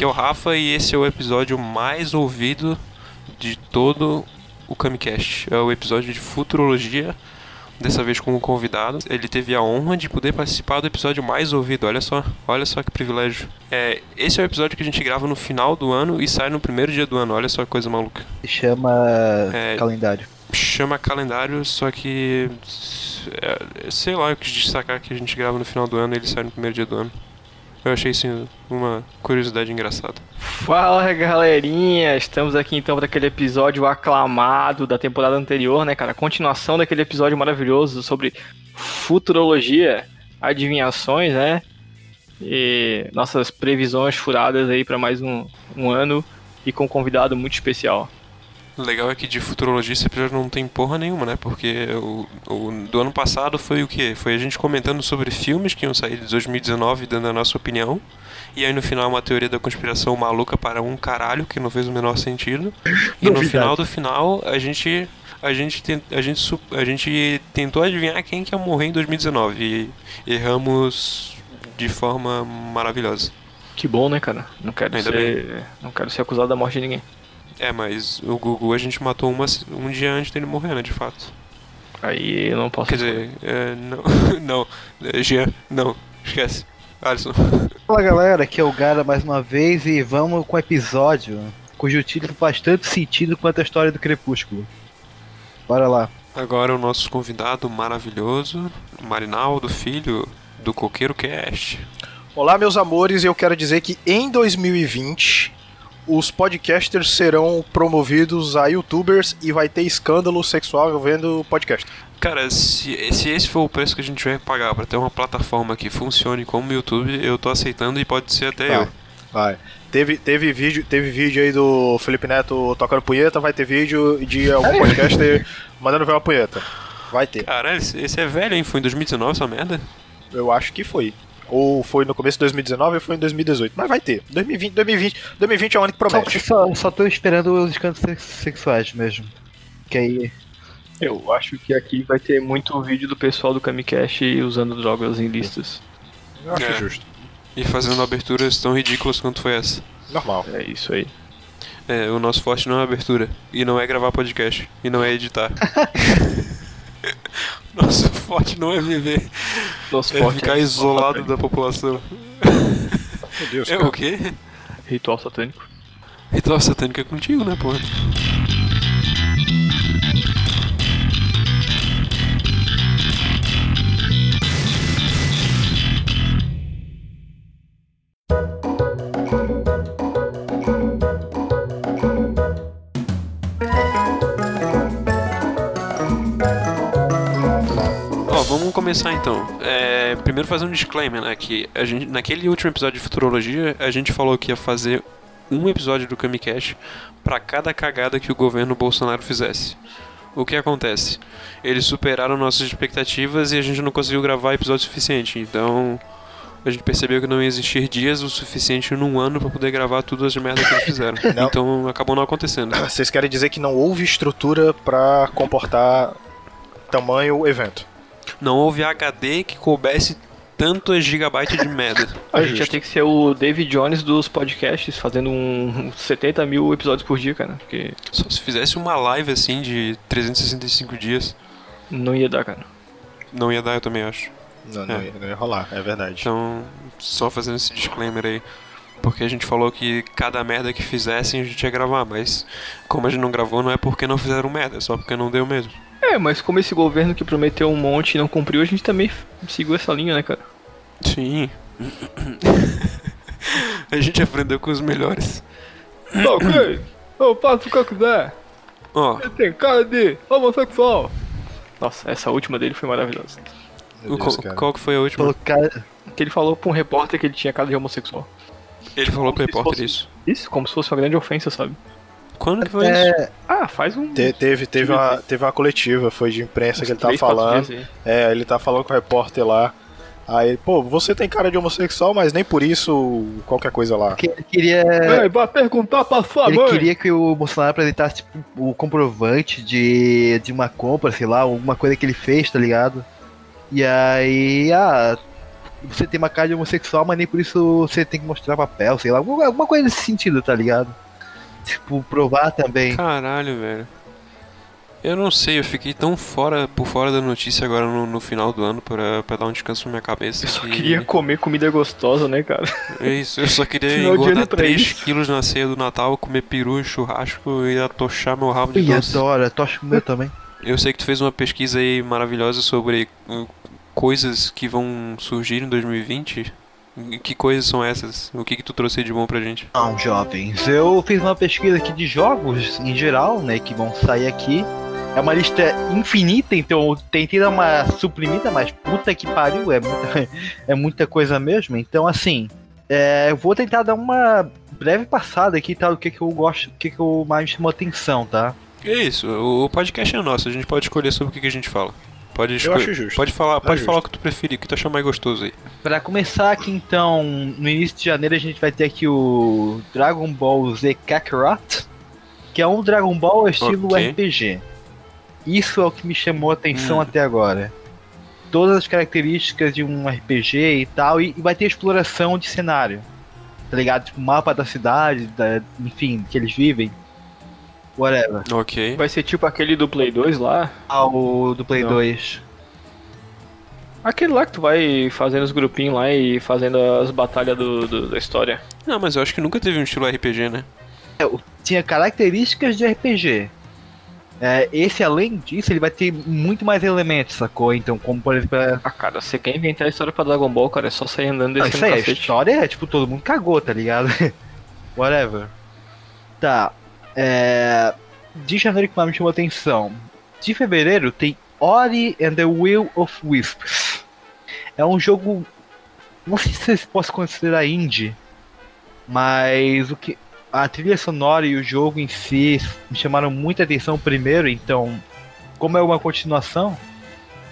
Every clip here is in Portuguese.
é o Rafa e esse é o episódio mais ouvido de todo o Camicast. É o episódio de futurologia, dessa vez com um convidado. Ele teve a honra de poder participar do episódio mais ouvido. Olha só, olha só que privilégio. É, esse é o episódio que a gente grava no final do ano e sai no primeiro dia do ano. Olha só que coisa maluca. Chama É. calendário. Chama calendário, só que é, sei lá, eu quis destacar que a gente grava no final do ano e ele sai no primeiro dia do ano. Eu achei isso uma curiosidade engraçada. Fala galerinha, estamos aqui então para aquele episódio aclamado da temporada anterior, né, cara? Continuação daquele episódio maravilhoso sobre futurologia, adivinhações, né? E nossas previsões furadas aí para mais um, um ano e com um convidado muito especial. O legal é que de futurologia esse episódio não tem porra nenhuma, né? Porque o, o do ano passado foi o quê? Foi a gente comentando sobre filmes que iam sair de 2019, dando a nossa opinião. E aí no final uma teoria da conspiração maluca para um caralho, que não fez o menor sentido. E no Novidade. final do final a gente. A gente, ten- a, gente, su- a gente tentou adivinhar quem que ia morrer em 2019 e erramos de forma maravilhosa. Que bom, né, cara? Não quero Ainda ser, não quero ser acusado da morte de ninguém. É, mas o Gugu a gente matou uma, se- um dia antes dele morrer, né, de fato. Aí eu não posso. Quer dizer, é, não, não, é, Jean, não, esquece. Alisson, Fala galera, aqui é o Gara mais uma vez e vamos com o episódio cujo título faz tanto sentido quanto a história do Crepúsculo. Bora lá. agora o nosso convidado maravilhoso, Marinaldo Filho, do Coqueiro Cast. Olá, meus amores, eu quero dizer que em 2020 os podcasters serão promovidos a youtubers e vai ter escândalo sexual envolvendo podcast. Cara, se, se esse for o preço que a gente vai pagar pra ter uma plataforma que funcione como o YouTube, eu tô aceitando e pode ser até Tá. eu. Vai. Teve, teve, vídeo, teve vídeo aí do Felipe Neto tocando punheta, vai ter vídeo de algum podcaster mandando ver uma punheta. Vai ter. Caralho, esse, esse é velho, hein? Foi em 2019 essa merda? Eu acho que foi. Ou foi no começo de 2019 ou foi em 2018. Mas vai ter. 2020, 2020, 2020 é o ano que Só, promete. só, só tô esperando os escândalos sex- sexuais mesmo. Que aí. Eu acho que aqui vai ter muito vídeo do pessoal do Kamikaze usando drogas em listas. Eu acho É. justo. E fazendo aberturas tão ridículas quanto foi essa. Normal. É isso aí. É, o nosso forte não é abertura. E não é gravar podcast. E não é editar. nosso forte não é viver. Nosso É forte ficar é- isolado da população. Meu Deus, É cara. o quê? Ritual satânico. Ritual satânico é contigo, né, porra? Ó, vamos começar então. É, primeiro fazer um disclaimer, né? Que a gente, naquele último episódio de Futurologia, a gente falou que ia fazer um episódio do Camicast pra cada cagada que o governo Bolsonaro fizesse. O que acontece? Eles superaram nossas expectativas e a gente não conseguiu gravar episódio suficiente. Então, a gente percebeu que não ia existir dias o suficiente num ano pra poder gravar tudo as merdas que eles fizeram. Não. Então, acabou não acontecendo. Vocês querem dizer que não houve estrutura pra comportar tamanho evento? Não houve HD que coubesse tantos gigabytes de merda. A gente ia ter que ser o David Jones dos podcasts, fazendo um 70 mil episódios por dia, cara. Porque Só se fizesse uma live assim de 365 dias, não ia dar, cara. não ia dar, eu também acho. Não, não, É. ia, não ia rolar, é verdade. Então, só fazendo esse disclaimer aí. Porque a gente falou que cada merda que fizessem a gente ia gravar, mas como a gente não gravou, não é porque não fizeram merda, é só porque não deu mesmo. É, mas como esse governo que prometeu um monte e não cumpriu, a gente também f- seguiu essa linha, né, cara? Sim. a gente aprendeu com os melhores. Tá ok. Eu faço o que eu quiser. Ó, Tem cara de homossexual. Nossa, essa última dele foi maravilhosa. Meu o Deus, co- cara. qual que foi a última? Pelo cara. Que ele falou pra um repórter que ele tinha cara de homossexual. Ele falou pro se repórter fosse- isso. Isso, como se fosse uma grande ofensa, sabe? Quando que foi isso? É, Ah, faz um. Te- teve, teve, uma, teve uma coletiva, foi de imprensa que ele tava três, quatro falando. dias aí. É, ele tá falando com o repórter lá. Aí, pô, você tem cara de homossexual, mas nem por isso qualquer coisa lá. que ele queria. Ei, É, vai perguntar pra sua Ele mãe. queria que o Bolsonaro apresentasse tipo, o comprovante de, de uma compra, sei lá, alguma coisa que ele fez, tá ligado? E aí, ah, você tem uma cara de homossexual, mas nem por isso você tem que mostrar papel, sei lá, alguma alguma coisa nesse sentido, tá ligado? Tipo, provar também. Caralho, velho. Eu não sei, eu fiquei tão fora por fora da notícia agora no, no final do ano pra, pra dar um descanso na minha cabeça. Eu só que- queria comer comida gostosa, né, cara? É Isso, eu só queria Final de ano engordar pra 3 isso. quilos na ceia do Natal, comer peru, churrasco e atochar meu rabo de Ih, doce. adora, tocha o meu também. Eu sei que tu fez uma pesquisa aí maravilhosa sobre hum, coisas que vão surgir em 2020. E Que coisas são essas? O que que tu trouxe aí de bom pra gente? Não, jovens, eu fiz uma pesquisa aqui de jogos em geral, né, que vão sair aqui. É uma lista infinita, então eu tentei dar uma suprimida, mas puta que pariu, é muita, é muita coisa mesmo. Então, assim, é, eu vou tentar dar uma breve passada aqui, tá, do que que eu gosto, o que que eu mais chamou atenção, tá? É isso, o o podcast é nosso, a gente pode escolher sobre o que que a gente fala. Pode Eu escolher. acho justo. Pode falar, pode justo. falar o que tu preferir, o que tu achar mais gostoso aí. Pra começar aqui, então, no início de janeiro a gente vai ter aqui o Dragon Ball Z Kakarot, que é um Dragon Ball estilo Ok. RPG. Isso é o que me chamou a atenção Hum. até agora. Todas as características de um RPG e tal, e, e vai ter exploração de cenário. Tá ligado? Tipo, mapa da cidade, da- enfim, que eles vivem. Whatever. Ok. Vai ser tipo aquele do Play 2 lá. Ao do Play Não. 2. Aquele lá que tu vai fazendo os grupinhos lá e fazendo as batalhas do, do- da história. Não, mas eu acho que nunca teve um estilo RPG, né? tinha características de RPG. É, esse, além disso, ele vai ter muito mais elementos, sacou? Então, como por exemplo. é- Ah, cara, você quer inventar a história pra Dragon Ball, cara? É só sair andando Não, desse Ah, isso aí, a história é tipo, todo mundo cagou, tá ligado? Whatever. Tá. É, de janeiro que mais me chamou a atenção. De fevereiro tem Ori and the Will of Wisps. É um jogo. Não sei se eu posso considerar indie, mas o que. A trilha sonora e o jogo em si me chamaram muita atenção primeiro, então. Como é uma continuação,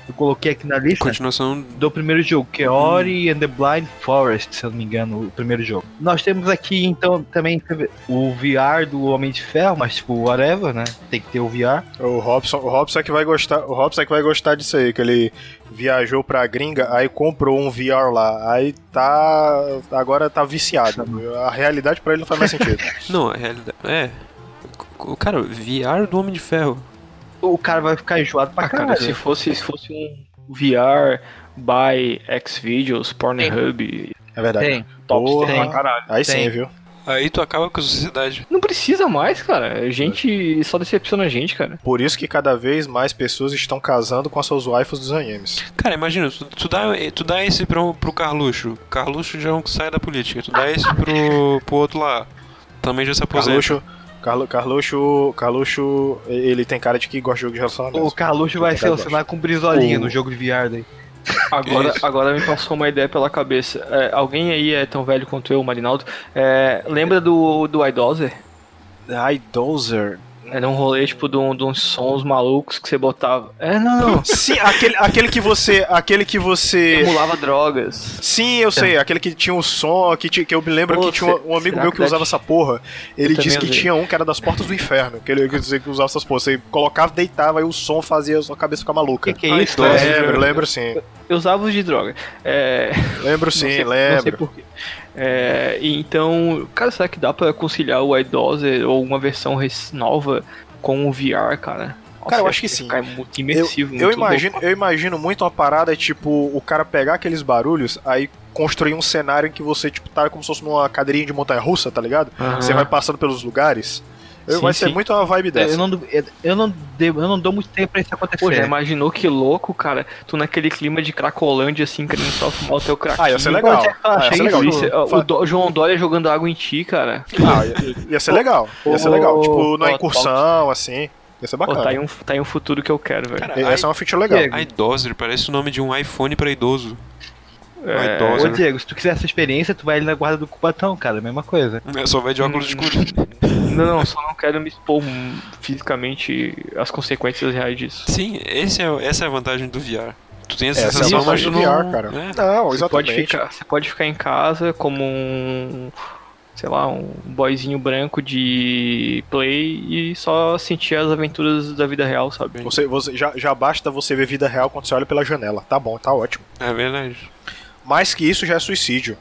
eu coloquei aqui na lista Continuação do primeiro jogo, que é Ori and the Blind Forest, se eu não me engano, o primeiro jogo. Nós temos aqui, então, também o VR do Homem de Ferro, mas, tipo, whatever, né? Tem que ter o VR. O Robson, o Robson é que vai gostar, o Robson é que vai gostar disso aí, que ele viajou pra gringa, aí comprou um VR lá, aí tá agora tá viciado. A realidade pra ele não faz mais sentido. Não, a realidade. É. O o- cara, VR do Homem de Ferro. O cara vai ficar enjoado pra Ah, cara, caralho. se fosse, se fosse um VR by Xvideos, Pornhub, É verdade. Tem. Topster Porra. pra caralho. Aí sim, Tem. viu? Aí tu acaba com a sociedade. Não precisa mais, cara. Gente só decepciona a gente, cara. Por isso que cada vez mais pessoas estão casando com as suas waifus dos animes. Cara, imagina, tu, tu dá, tu dá esse pro, pro Carluxo. Carluxo já é um que sai da política. Tu dá esse pro, pro outro lá. Também já se é. aposenta. Carluxo, Carlu, Carluxo, Carluxo, ele tem cara de que gosta de jogo de relacionamento. O Carluxo vai se relacionar com o Brizolinha no jogo de VR daí. Agora, Isso. agora me passou uma ideia pela cabeça. É, alguém aí é tão velho quanto eu, Marinaldo. É, lembra do, do iDozer? Idozer. Era um rolê, tipo, de, um, de uns sons malucos que você botava. É, não, não. Sim, aquele, aquele que você, aquele que você Emulava drogas. Sim, eu sei, aquele que tinha um som, que, ti- que eu me lembro um Pô, que tinha um, um cê- amigo será meu que que usava deve- essa porra. Ele Eu disse também que usei. tinha um que era das portas do inferno, que ele que dizia que usava essas porras. Você colocava, deitava e o som fazia a sua cabeça ficar maluca. Que que Ah, é isso, então né? é- Lembro, lembro sim. Eu usava os de droga. É, Lembro não sim, sei- Não sei lembro. porquê. É, e então, cara, será que dá pra conciliar o iDozer ou uma versão rec- nova com o VR, cara? Nossa, Cara, eu acho que ia sim. Ficar muito imersivo, Eu muito imagino, eu imagino muito uma parada, tipo, o cara pegar aqueles barulhos, aí construir um cenário em que você, tipo, tá como se fosse numa cadeirinha de montanha russa, tá ligado? Aham. Você vai passando pelos lugares. Ah. Eu- Sim, vai ser sim. muito uma vibe dessa. Eu não, du- eu- eu, não devo- eu não dou muito tempo pra isso acontecer. Pô, já imaginou que louco, cara? Tu naquele clima de cracolândia, assim, querendo só fumar o teu craquinho. Ah, ia ser Pode legal. ser que eu Ah, ia achei ser legal. isso. Isso, ó, o Dó- João Dória jogando água em ti, cara. Ah, ia, ia ser legal. Ia ser Ô, legal. Tipo, ó, numa incursão, assim. Ia ser Pô, bacana. tá, aí um, tá aí um futuro que eu quero, velho. Cara, E- Essa é uma feature legal. Diego, iDozer parece o nome de um iPhone pra idoso. É, idosa, ô, Diego, se tu quiser essa experiência, tu vai ali na guarda do Cubatão, cara, é mesma coisa. é. né? Só vai de óculos Hum. escuros. Não, não, só não quero me expor hum, fisicamente às consequências reais disso. Sim, esse é, essa é a vantagem do VR. Tu tem a Essa é sensação, a mas tu vantagem do não... VR, cara. É. Não, Você pode, exatamente. ficar, você pode ficar em casa como um. Sei lá, um boyzinho branco de play e só sentir as aventuras da vida real, sabe? Você, você- já, já basta você ver vida real quando você olha pela janela. Tá bom, tá ótimo. É verdade. Mais que isso já é suicídio.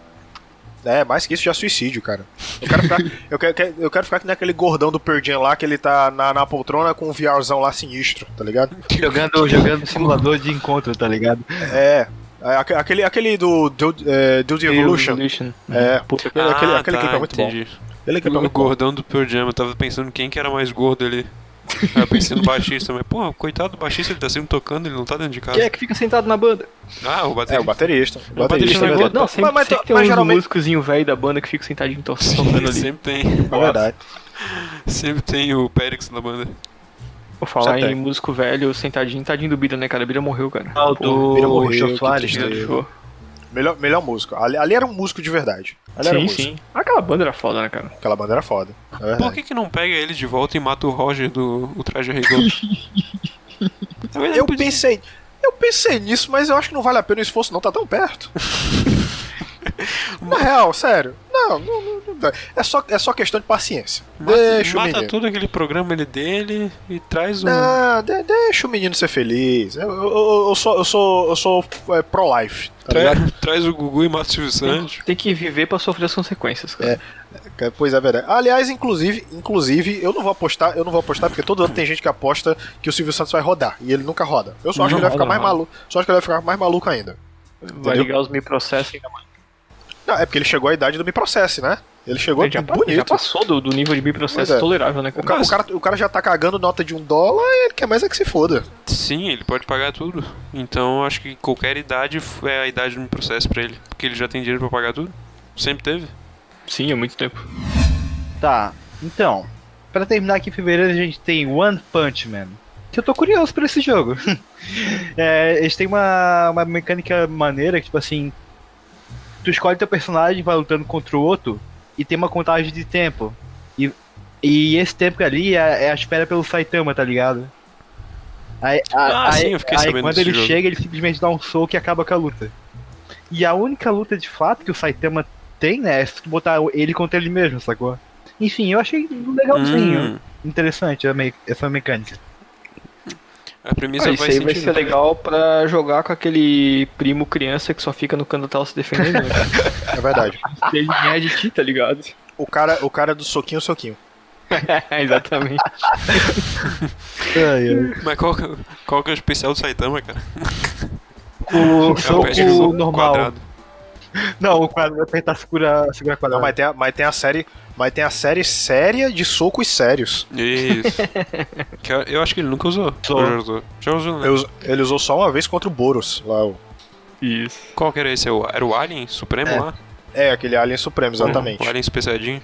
É, mais que isso já é suicídio, cara. Eu quero ficar, eu quero, quero- eu quero ficar que nem aquele gordão do Perdinha lá, que ele tá na, na poltrona com um VRzão lá sinistro, tá ligado? Jogando, jogando simulador de encontro, tá ligado? É. é, aque- Aquele, aquele do Dude, é, Dude Evolution. É, puta, aquele, ah, aquele, aquele tá, clipe é muito bom. Aquele clipe é O muito bom. gordão do Pearl Jam, eu tava pensando quem que era mais gordo ali. Aí Eu pensei no baixista, mas porra, coitado do baixista, ele tá sempre tocando, ele não tá dentro de casa. Quem é que fica sentado na banda? Ah, o É, o baterista. baterista. O Não, baterista baterista é não é verdade. Não, sempre, Mas- mas- sempre tem mas um geralmente- músicozinho velho da banda que fica sentadinho torcendo Ele ali. sempre tem, É verdade. sempre tem o Périx na banda. É Vou falar Sempre em músico velho, sentadinho, tadinho do Bira, né, cara? Bira morreu, cara. Ah, o Porra, Bira do morreu, que Jô Soares. tristeza. né? show. Melhor, melhor músico. Ali, ali era um músico de verdade. Ali era um Sim, músico. sim. Aquela banda era foda, né, cara? Aquela banda era foda. É verdade. Por que que não pega ele de volta e mata o Roger do o Traje a Rigor? Na verdade, Eu podia- pensei. Eu pensei nisso, mas eu acho que não vale a pena o esforço, não, tá tão perto. Na real, sério. Não, não, não- não- é, só, é só questão de paciência. Mata, deixa o mata menino. todo aquele programa ele dele e traz um. Não, de- deixa o menino ser feliz. Eu, eu- eu- eu sou, eu sou, eu sou é, pro-life. Tá tra- ligado? traz o Gugu e mata o Silvio Tem, Santos. tem que viver pra sofrer as consequências, cara. É, Pois é, verdade. Aliás, inclusive, inclusive, eu não vou apostar, eu não vou apostar, porque todo ano tem gente que aposta que o Silvio Santos vai rodar. E ele nunca roda. Eu só acho Não que ele vai roda, ficar mais não. maluco. Só acho que ele vai ficar mais maluco ainda. Vai Entendeu? ligar os então, me processos ainda mais. Não, é porque ele chegou à idade do Me Processe, né? Ele chegou Ele já, pa- já bonito. passou do, do nível de me processo Pois é. tolerável, né, O cara? cara, o, cara, o cara já tá cagando nota de um dólar e ele quer mais é que se foda. Sim, ele pode pagar tudo. Então acho que qualquer idade f- é a idade do processo pra ele. Porque ele já tem dinheiro pra pagar tudo. Sempre teve. Sim, há muito tempo. Tá, então, pra terminar aqui em fevereiro a gente tem One Punch Man. Que eu tô curioso pra esse jogo. é, eles têm uma, uma mecânica maneira que, tipo assim, tu escolhe teu personagem, vai lutando contra o outro e tem uma contagem de tempo. E, e esse tempo ali é, é a espera pelo Saitama, tá ligado? Aí, a- Ah, aí- sim, eu fiquei aí sabendo quando desse ele jogo. chega, ele simplesmente dá um soco e acaba com a luta. E a única luta de fato que o Saitama tem, né, é se tu botar ele contra ele mesmo, sacou? Enfim, eu achei um legalzinho. Hum, Interessante a me- essa mecânica. a premissa Ah, isso faz aí sentido. vai ser legal pra jogar com aquele primo criança que só fica no canto da tela se defendendo. né, cara? É verdade. Se Ele ganhar de ti, tá ligado? O cara, o cara é do soquinho, soquinho. Exatamente. Mas qual, que- qual que é o especial do Saitama, cara? O É o soco pé de soco normal. quadrado. Não, o quadrado vai tentar segurar, segurar Não, quadrado. Ah, mas tem, a, mas tem a série, mas tem a série séria de socos sérios. Isso. Que eu- eu acho que ele nunca usou. Usou. Ou Já usou. Já usou, né? Eu us- ele usou só uma vez contra o Boros, lá o- Isso. Qual que era esse? Era o- Era o Alien Supremo É. lá? É, aquele Alien Supremo, exatamente. O Alien Especiadinho.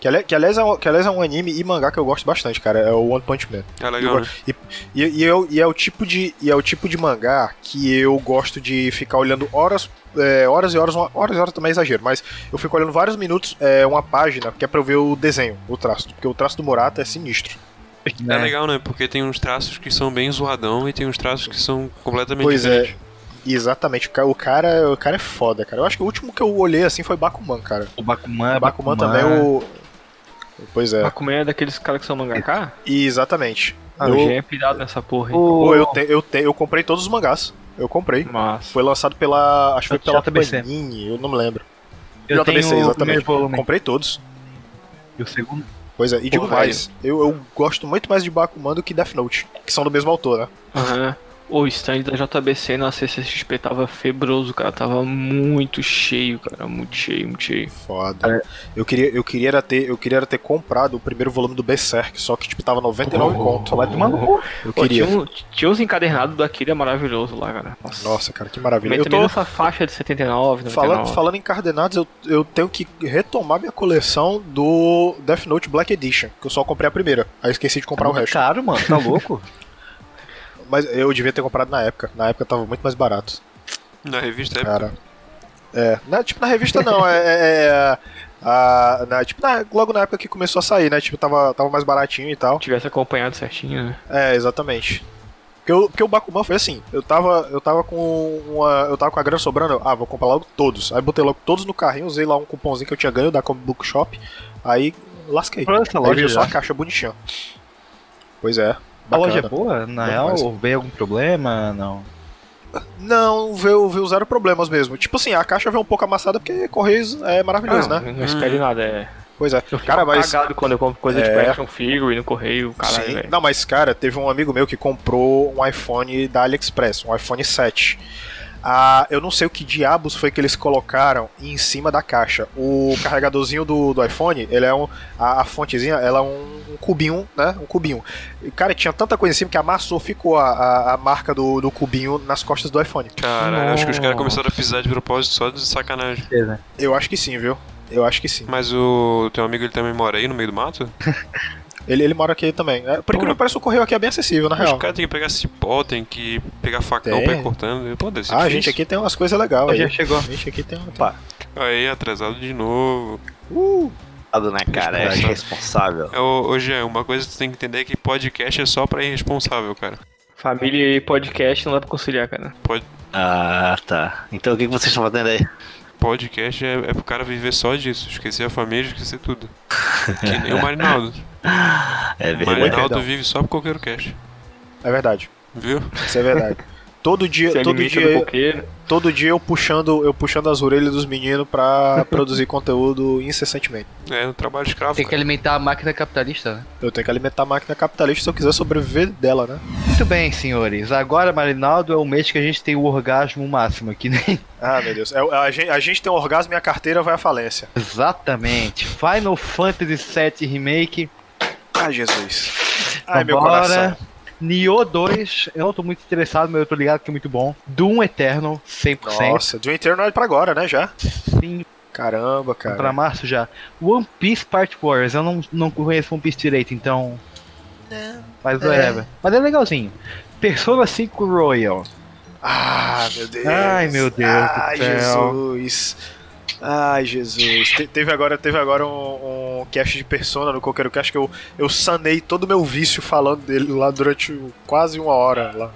Que, ali- que aliás é um, que aliás é um anime e mangá que eu gosto bastante, cara. É o One Punch Man. É legal, né? E, e eu- e é o tipo de, e é o tipo de mangá que eu gosto de ficar olhando horas, é, horas e horas, uma- horas e horas também é exagero, mas eu fico olhando vários minutos é, uma página, que é pra eu ver o desenho, o traço, porque o traço do Morata é sinistro. É. né? legal, né? Porque tem uns traços que são bem zoadão e tem uns traços que são completamente pois diferentes. é, exatamente, o ca- o cara, o cara é foda, cara. Eu acho que o último que eu olhei assim foi Bakuman, cara. O Bakuman, Bakuman, também é o Pois é, A comer é daqueles caras que são mangaká? e exatamente. Ah, eu, o Jean é pirado nessa porra, hein? O... pô, eu, te- eu, te- eu comprei todos os mangás. Eu comprei. Mas. Foi lançado pela, acho que foi pela JBC. Panini, eu não me lembro. eu tenho JBC, o exatamente. primeiro volume Comprei todos. e o segundo. Pois é, e digo Porra, mais, eu, eu gosto muito mais de Bakuman do que Death Note, que são do mesmo autor, né? Aham. O stand da JBC na CCXP tava febroso, cara. Tava muito cheio, cara. Muito cheio, muito cheio. Foda. Eu queria, eu queria era ter, eu queria era ter comprado o primeiro volume do Berserk, só que tipo tava 99 conto. Uhum. Vai tomar no cu. Eu Pô, tinha, queria. um, tinha uns encadernados do Akira maravilhoso lá, cara. Nossa. Nossa, cara, que maravilha. Mas Eu também tô nessa faixa de 79, 99. falando, falando em cardenados, eu, eu tenho que retomar minha coleção do Death Note Black Edition, que eu só comprei a primeira. Aí esqueci de comprar o Tá resto. caro, mano. Tá louco? Mas eu devia ter comprado na época. Na época tava muito mais barato. Na revista é. Cara. É. Na, tipo, na revista não, é. é- é, a- na- tipo, na- logo na época que começou a sair, né? Tipo, tava, tava mais baratinho e tal. tivesse acompanhado certinho, né? É, exatamente. Porque, eu, porque o Bakuman foi assim, eu tava, eu tava com uma. Eu tava com a grana sobrando, eu, ah, vou comprar logo todos. Aí botei logo todos no carrinho, usei lá um cupomzinho que eu tinha ganho da Comic Book Shop, aí lasquei. Pra essa Aí loja veio só já. a caixa bonitinha. Pois é. A loja é bacana. boa? Na Bom real, demais. veio algum problema? Não. Não, veio, veio zero problemas mesmo. Tipo assim, a caixa veio um pouco amassada porque Correios é maravilhoso, Ah, não, né? não espere nada, é. Pois é. Eu fico Cara, mas. cagado quando eu compro coisa de É. tipo action figure no correio, caralho, Sim. velho. Não, mas cara, teve um amigo meu que comprou um iPhone da AliExpress, um iPhone 7. Ah, eu não sei o que diabos foi que eles colocaram em cima da caixa. O carregadorzinho do, do iPhone, ele é um. A, a fontezinha, ela é um, um cubinho, né? Um cubinho. E, cara, tinha tanta coisa em cima que amassou, ficou a, a, a marca do, do cubinho nas costas do iPhone. Caralho, acho que os caras Nossa. começaram a pisar de propósito só de sacanagem. né? Eu acho que sim, viu? Eu acho que sim. Mas o teu amigo ele também mora aí no meio do mato? Ele, ele mora aqui também. É, por incrível que pareça, o correio aqui é bem acessível, na Os real. caras têm que pegar cipó, tem que pegar facão Tem. pra ir cortando. Pô, deve ser Ah, a difícil. gente aqui tem umas coisas legais. Já aí. chegou. A gente aqui tem um. Pá. Aí, atrasado de novo. Dado, né, cara? É responsável. É, Ô, ô Jean, uma coisa que tu tem que entender é que podcast é só pra irresponsável, cara. Família e podcast não dá pra conciliar, cara. Ah, tá. Então o que que vocês estão fazendo aí? Podcast é, é pro cara viver só disso, esquecer a família, esquecer tudo. Que nem o Marinaldo. É o verdade. Marinaldo Perdão. vive só por qualquer cast, É verdade. viu? Isso é verdade. Todo dia, Se todo alimenta dia, do eu- coqueiro. todo dia eu puxando, eu puxando as orelhas dos meninos pra produzir conteúdo incessantemente. É um trabalho escravo. Tem que cara. alimentar a máquina capitalista, né? Eu tenho que alimentar a máquina capitalista se eu quiser sobreviver dela, né? Muito bem, senhores. Agora, Marinaldo, é o mês que a gente tem o orgasmo máximo aqui, né? Ah, meu Deus. É, a, gente, a gente tem um orgasmo e a carteira vai à falência. Exatamente. Final Fantasy VII Remake. Ah, Jesus. Ai, meu Vambora. coração. Nioh 2, eu não tô muito interessado, mas eu tô ligado que é muito bom. Doom Eternal, 100%. Nossa, do interno é pra agora, né, já? Sim, Caramba, cara. Tá pra março já. One Piece Part Wars, eu não, não conheço One Piece direito, então. Mas whatever. Mas é legalzinho. Persona 5 Royal. Ah, meu Deus. Ai, meu Deus do Ai, céu. Jesus. Ai, Jesus. Te- teve agora, teve agora um, um cast de persona no Coqueiro Cast que eu, eu sanei todo o meu vício falando dele lá durante o- quase uma hora lá.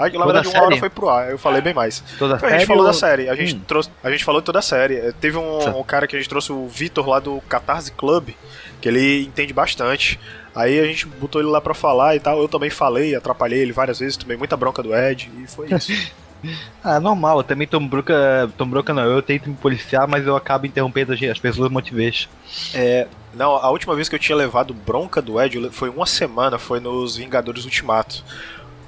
Ai, na Toda verdade, a uma hora série? foi pro ar, eu falei bem mais. Toda A gente falou ou- da série, a gente, Hum. trouxe, a gente falou de toda a série. Eh, Teve Tá. um, um cara que a gente trouxe, o Vitor, lá do Catarse Club, que ele entende bastante. Aí a gente botou ele lá pra falar e tal. Eu também falei, atrapalhei ele várias vezes, tomei muita bronca do Ed, e foi isso. Ah, normal, eu também tomo broca, tomo broca não, eu tento me policiar, mas eu acabo interrompendo as- as pessoas uma vez. Não, a última vez que eu tinha levado bronca do Ed eu le- foi uma semana, foi nos Vingadores Ultimato.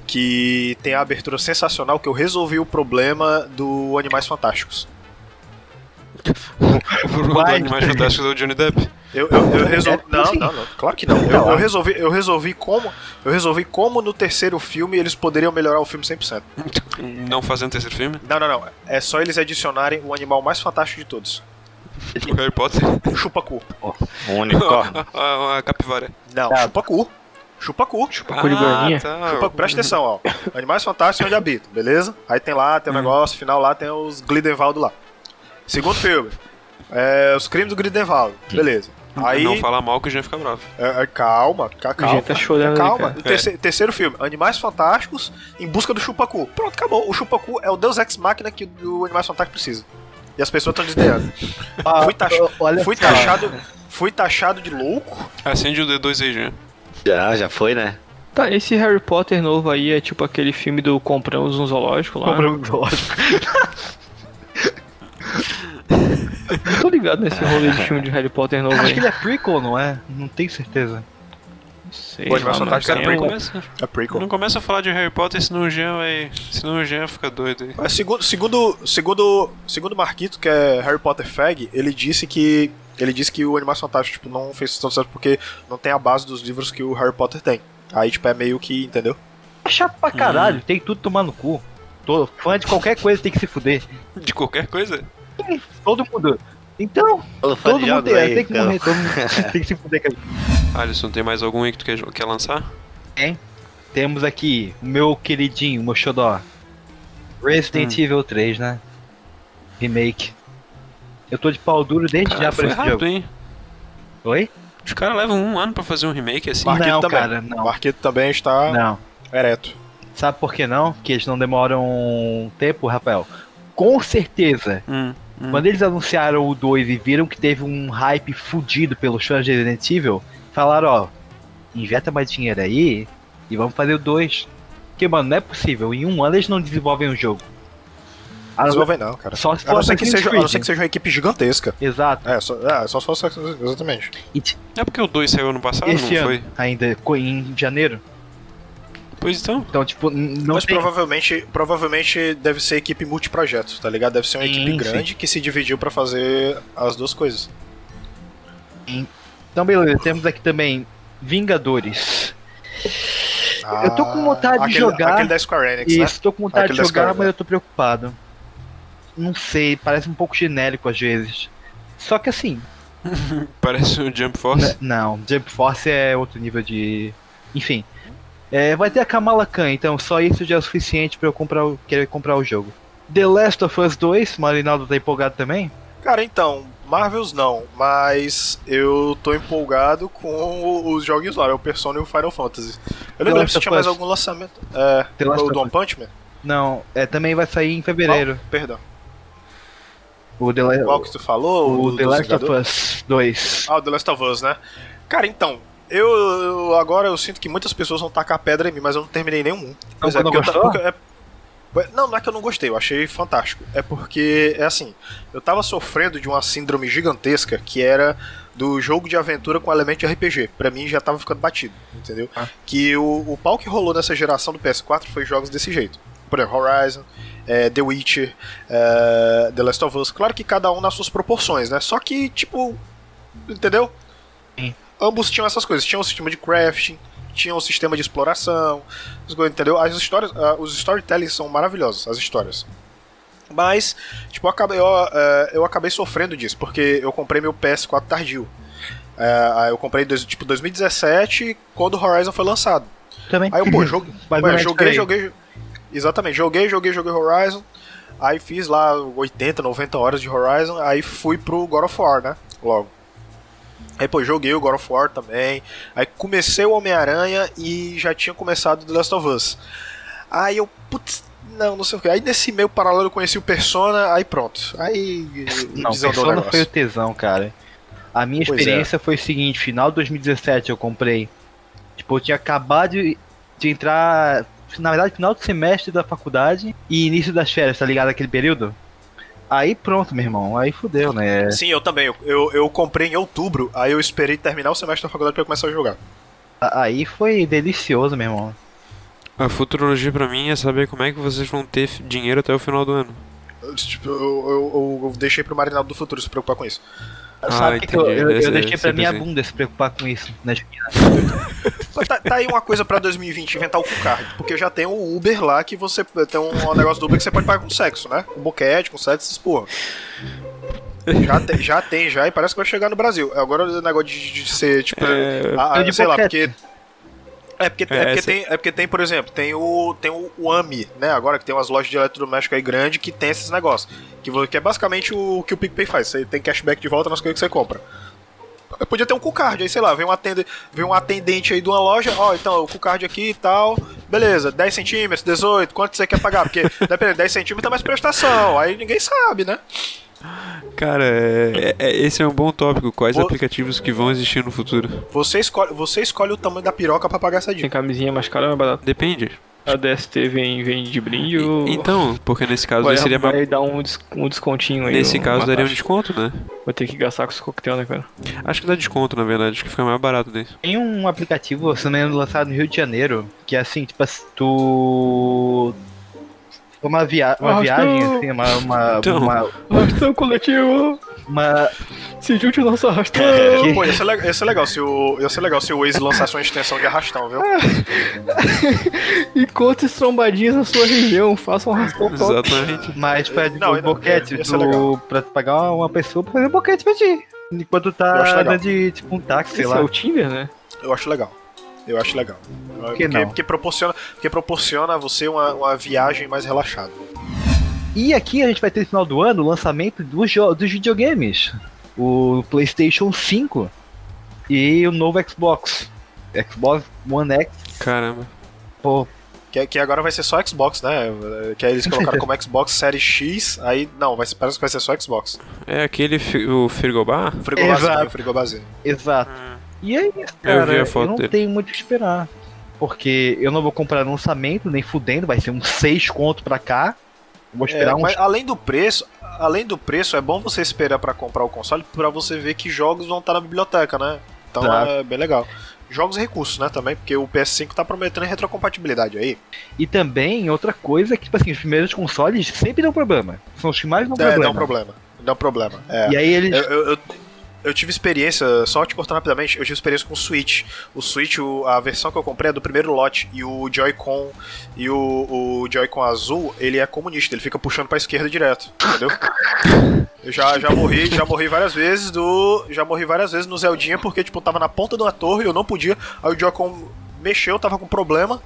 Que tem a abertura sensacional que eu resolvi o problema do Animais Fantásticos. O Vai. Animais Fantásticos é o Johnny Depp. Eu, eu, resolvi. É, Não, sim. não, não. Claro que assim? não. Eu, eu resolvi, eu resolvi como. Eu resolvi como no terceiro filme eles poderiam melhorar o filme 100%. Não fazendo terceiro filme? Não, não, não. É só eles adicionarem o animal mais fantástico de todos. O Harry Potter? O chupacu. Um unicórnio. a, a capivara. Não, Tá. chupacu. Chupacu. Pacu de goianinha. tá. Chupa- Ah, presta atenção, ó. Animais Fantásticos é onde habito, beleza? Aí tem lá, tem o Uhum. negócio, final lá tem os Glidenvaldo lá. Segundo filme, é, os crimes do Glidenvaldo, beleza. Aí. Não fala mal que o Jean fica bravo. é, é, calma, ca- O calma. gente tá chorando ali, Calma, cara. O terce- É. terceiro, filme, Animais Fantásticos em busca do Chupacu. Pronto, acabou. O Chupacu é o Deus Ex Máquina que o Animais Fantásticos precisa. E as pessoas estão desdenhando. Ah, Fui taxa- o- olha Fui só. taxado, fui taxado de louco. Acende o D2 aí, Jean. Já, já foi, né? Tá, esse Harry Potter novo aí é tipo aquele filme do Compramos um Zoológico lá. Compramos um zoológico. Eu tô ligado nesse rolê de filme de Harry Potter novo Acho aí. que ele é prequel, não é? Não tenho certeza. Não sei. Pô, Animação Não, lá, Tá mas Tática cara, é tem não, prequel. um- começa, É prequel. não começa a falar de Harry Potter, senão o Jean vai. Senão o Jean fica doido aí. Mas Segundo, segundo, segundo, segundo Marquito, que é Harry Potter Fag, ele disse que ele disse que o Animais Fantásticos tipo, não fez tanto sucesso porque não tem a base dos livros que o Harry Potter tem. Aí, tipo, é meio que, entendeu? É chato pra caralho, tem tudo tomar no cu. Tô fã de qualquer coisa, tem que se fuder. De qualquer coisa? Todo mundo. Então, Falou, fala todo de mundo jogos é, Tá aí, tem que então. morrer, todo mundo tem que se fuder. cara. Alisson, tem mais algum aí que tu quer, quer lançar? Temos aqui o meu queridinho, o meu xodó. Resident Evil 3, né? Remake. Eu tô de pau duro desde já Cara, pra Ah, foi esse jogo. rápido, hein? Oi? Os caras levam um ano pra fazer um remake assim. Marquito não, também. cara, não. Marquito também está Não. ereto. Sabe por que não? Que eles não demoram um tempo, Rafael. Com certeza, Hum, hum. quando eles anunciaram o 2 e viram que teve um hype fudido pelos fãs de Resident Evil, falaram, ó, injeta mais dinheiro aí e vamos fazer o 2. Porque, mano, não é possível. Em um ano eles não desenvolvem o jogo. Ah, Resolvem não, cara. Só se A não for ser que Assassin's seja, a Creed, não ser que seja uma equipe gigantesca. Exato. É, só, é, só se fosse exatamente. É porque o 2 saiu ano Ah, passado, Esse não ano foi? ainda, co- em janeiro. Pois então. Então, tipo, n- não Mas tem... provavelmente, provavelmente deve ser equipe multiprojeto, tá ligado? Deve ser uma Sim, equipe sim. grande que se dividiu pra fazer as duas coisas. Então, beleza, temos aqui também Vingadores. Eu tô com vontade de Ah, aquele, jogar. Aquele da Square Enix, E né? estou com vontade Aquele de das jogar, caras, mas né? eu tô preocupado. Não sei, parece um pouco genérico às vezes. Só que assim, Parece o Jump N- Force. Não, Jump Force é outro nível de. Enfim. É, vai ter a Kamala Khan, então só isso já é o suficiente pra eu comprar o- querer comprar o jogo. The Last of Us 2, o Marinaldo tá empolgado também. Cara, então, Marvels não, mas eu tô empolgado com o- os jogos lá, é o Persona e o Final Fantasy. Eu não The lembro Last se of tinha mais Us. algum lançamento. É, The Last o of Don Us. Punch Man? Não, é, também vai sair em fevereiro. Perdão. O The, La- Qual que tu falou? É, o do- The do Last of Vingador? Us 2. Ah, o The Last of Us, né? Cara, então, eu, eu- agora eu sinto que muitas pessoas vão tacar pedra em mim, mas eu não terminei nenhum. Pois é, não porque eu ta- gostou? porque é- Ué, não, não é que eu não gostei, eu achei fantástico. É porque, é assim, eu tava sofrendo de uma síndrome gigantesca que era do jogo de aventura com elemento de RPG. Pra mim já tava ficando batido, entendeu? Ah. Que o, o pau que rolou nessa geração do PS4 foi jogos desse jeito. Por exemplo, Horizon, eh, The Witcher, eh, The Last of Us. Claro que cada um nas suas proporções, né? Só que, tipo, entendeu? ambos tinham essas coisas. Tinha um sistema de crafting, tinha um sistema de exploração, essas coisas, entendeu? As histórias, ah, os storytelling são maravilhosos, as histórias. Mas, tipo, eu acabei, eu, ah, eu acabei sofrendo disso, porque eu comprei meu PS4 tardio. Ah, eu comprei, dois, tipo, 2017, quando o Horizon foi lançado. Também. Aí eu, pô, jogo, Mas Ué, não é joguei, diferente. joguei. Exatamente, joguei, joguei, joguei Horizon. Aí fiz lá 80, 90 horas de Horizon. Aí fui pro God of War, né? Logo. Aí, pô, joguei o God of War também. Aí comecei o Homem-Aranha e já tinha começado The Last of Us. Aí eu, putz, não, não sei o que. Aí nesse meio paralelo eu conheci o Persona, aí pronto. Aí Não, desandou o Persona negócio. foi o tesão, cara. A minha é. Pois experiência foi o seguinte, final de 2017 eu comprei. Tipo, eu tinha acabado de, de entrar, na verdade, final do semestre da faculdade e início das férias, tá ligado? Aquele período? Aí pronto, meu irmão, aí fudeu, né? Sim, eu também. Eu, eu, eu comprei em outubro, aí eu esperei terminar o semestre da faculdade pra eu começar a jogar. A- Aí foi delicioso, meu irmão. A futurologia pra mim é saber como é que vocês vão ter f- dinheiro até o final do ano. Tipo, eu, eu, eu deixei pro Marinaldo do Futuro se preocupar com isso. Ah, Sabe o que que eu, entendi. eu, eu Esse- deixei pra sempre minha assim. bunda se preocupar com isso, né? Mas tá, tá aí uma coisa pra 2020, inventar o Cucard. Porque já tem o Uber lá que você. Tem um negócio do Uber que você pode pagar com sexo, né? Com boquete, com sexo, essas porra. Já tem, já tem, já, e parece que vai chegar no Brasil. Agora o negócio de, de ser, tipo. É, a- a- de sei lá, boquete. porque. É porque, é, É, porque essa- tem, é porque tem, por exemplo, tem o, tem o, o AMI, né? Agora que tem umas lojas de eletrodoméstico aí grande que tem esses negócios. Que, vo- que é basicamente o que o PicPay faz. Você tem cashback de volta nas coisas que você compra. Eu podia ter um cucard, aí sei lá, vem um, atende, vem um atendente aí de uma loja, ó, então, o cucard aqui e tal, beleza, 10 centímetros, 18, quanto você quer pagar? Porque, dependendo, 10 centímetros é mais prestação, aí ninguém sabe, né? Cara, é- é- esse é um bom tópico. Quais Vou- aplicativos que vão existir no futuro? Você escolhe, você escolhe o tamanho da piroca pra pagar essa Tem dica. camisinha mais cara, mais barata. Depende. A DST vem, vem de brinde ou... E- então, porque nesse caso vai, daí seria vai mais- dar um, des- um descontinho aí. Nesse um- caso uma daria um taxa. desconto, né? Vou ter que gastar com esse coquetel, né, cara? Acho que dá desconto, na verdade. Acho que fica mais barato daí. Tem um aplicativo, se não me engano, lançado no Rio de Janeiro, que é assim, tipo, assim, tu. Uma, via uma Arrastou. viagem, assim, uma- uma- Então. uma, Arrastão coletivo! uma, Se junte ao nosso arrastão! que- Pô, ia ser, le- ia ser legal se o, ia ser legal se o Waze lançasse uma extensão de arrastão, viu? Encontre trombadinhas na sua região, faça um arrastão top. Exatamente. mas pra o Não, eu não- tipo, um boquete, ia ser tu, pra tu pagar uma pessoa pra fazer um boquete pra ti. Enquanto Eu acho tá legal. dando de tipo um táxi, sei Esse lá. é o Tinder, né? Eu acho legal. Eu acho legal. porque, não? porque proporciona, porque proporciona a você uma, uma viagem mais relaxada. E aqui a gente vai ter no final do ano o lançamento dos, jo- dos videogames. O PlayStation 5 e o novo Xbox. Xbox One X, Caramba. pô, Que, que agora vai ser só Xbox, né? Que aí eles colocaram como Xbox Series X, aí não, vai ser, parece que vai ser só Xbox. É aquele fi- o frigobar? Frigobazinho, Exato. frigobazinho. exato. E é isso, cara. vi a Eu, foto não dele. tenho muito o que esperar. Porque eu não vou comprar no lançamento, nem fudendo, vai ser uns 6 conto um pra cá. Vou É, esperar uns mas além do preço, além do preço, é bom você esperar pra comprar o console pra você ver que jogos vão estar na biblioteca, né? Então Tá. é bem legal. Jogos e recursos, né, também, porque o PS5 tá prometendo retrocompatibilidade aí. E também, outra coisa é que, tipo assim, os primeiros consoles sempre dão problema. São os que mais dão É, problema. dá um problema. Dá um problema. É. E aí eles. Eu, eu- eu- eu tive experiência, só te cortando rapidamente, eu tive experiência com o Switch. O Switch, o- a versão que eu comprei é do primeiro lote, e o Joy-Con e o, o Joy-Con azul, ele é comunista, ele fica puxando pra esquerda direto, entendeu? Eu já, já morri, já morri várias vezes do. Já morri várias vezes no Zeldinha, porque, tipo, eu tava na ponta de uma torre e eu não podia. Aí o Joy-Con mexeu, tava com problema,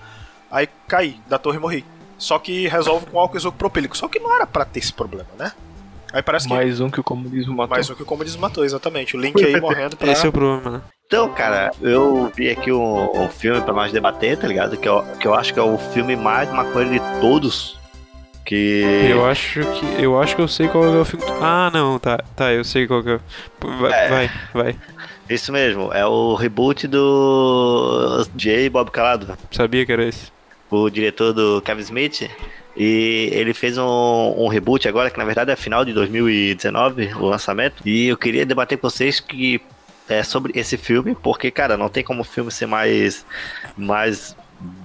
aí caí da torre e morri. Só que resolve com álcool isopropílico. Só que não era pra ter esse problema, né? Aí parece que Mais um que o comunismo matou. mais um que o comunismo matou, exatamente. O Link aí Tá. morrendo pra... Esse é o problema, né? Então, cara, eu vi aqui um, um filme pra nós debater, tá ligado? Que eu, que eu acho que é o filme mais maconheiro de todos. Que. Eu acho que. Eu acho que eu sei qual é o filme. Ah, não, tá. Tá, eu sei qual que é. Vai, É. vai, vai. Isso mesmo, é o reboot do J. Bob Calado, Sabia que era esse. o diretor do Kevin Smith. E ele fez um, um reboot agora, que na verdade é final de 2019, o lançamento. E eu queria debater com vocês que é sobre esse filme, porque, cara, não tem como o filme ser mais, mais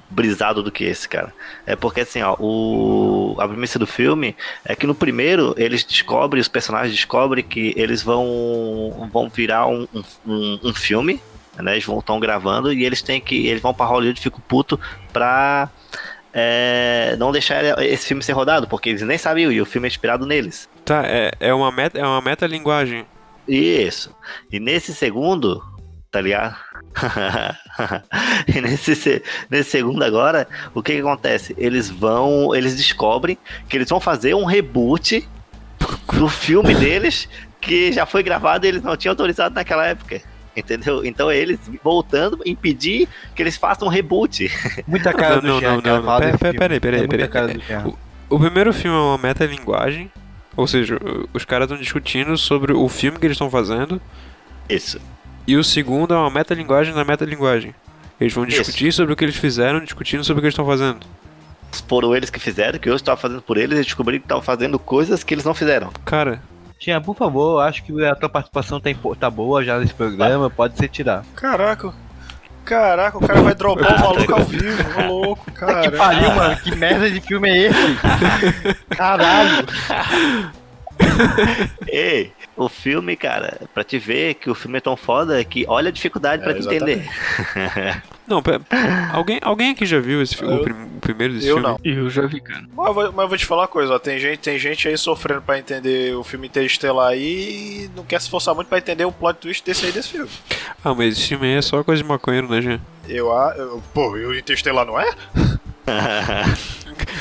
brisado do que esse, cara. É porque, assim, ó, o, a premissa do filme é que no primeiro eles descobrem, os personagens descobrem que eles vão, vão virar um, um, um- um filme, né? Eles vão estão gravando e eles têm que. Eles vão pra Hollywood e ficam puto pra. é, não deixar esse filme ser rodado, porque eles nem sabiam, e o filme é inspirado neles. Tá, é, é uma meta, é uma metalinguagem. Isso. E nesse segundo, tá ligado? e nesse, se- nesse segundo agora, o que, que acontece? Eles vão. Eles descobrem que eles vão fazer um reboot do filme deles que já foi gravado e eles não tinham autorizado naquela época. Entendeu? Então eles voltando impedir que eles façam um reboot. Muita cara Não, do não, Jean, não, cara, não. falar Pera- desse pera- filme. peraí, peraí, É muita peraí. cara do Jean. O primeiro filme é uma metalinguagem. Ou seja, os caras estão discutindo sobre o filme que eles estão fazendo. Isso. E o segundo é uma metalinguagem na metalinguagem. Eles vão Isso. discutir sobre o que eles fizeram, discutindo sobre o que eles estão fazendo. Foram eles que fizeram, que eu estava fazendo por eles e descobri que estavam fazendo coisas que eles não fizeram. Cara, Jean, por favor, eu acho que a tua participação tá, impo- tá boa já nesse programa, pode ser tirar. Caraca. Caraca, o cara vai dropar o maluco ao vivo, ô louco, Que cara. pariu, mano, que merda de filme é esse? Caralho! Ei, o filme, cara, pra te ver que o filme é tão foda que olha a dificuldade É, pra te exatamente. entender. não, pera, alguém, alguém aqui já viu esse fi- o, Eu- prim- o primeiro desse Eu filme? não. Eu já vi, cara. Mas eu, vou, mas eu vou te falar uma coisa, ó. Tem gente, tem gente aí sofrendo pra entender o filme Interestelar aí e não quer se forçar muito pra entender o plot twist desse aí desse filme. Ah, mas esse filme aí é só coisa de maconheiro, né, Jean? Eu, a- eu Pô, e o Interestelar não é?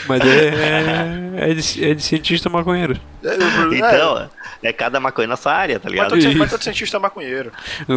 Mas é, é, é de, é de cientista maconheiro. É, eu- Então, é cada maconha na sua área, tá é, mas ligado? todo, ci- mas todo cientista é maconheiro. O,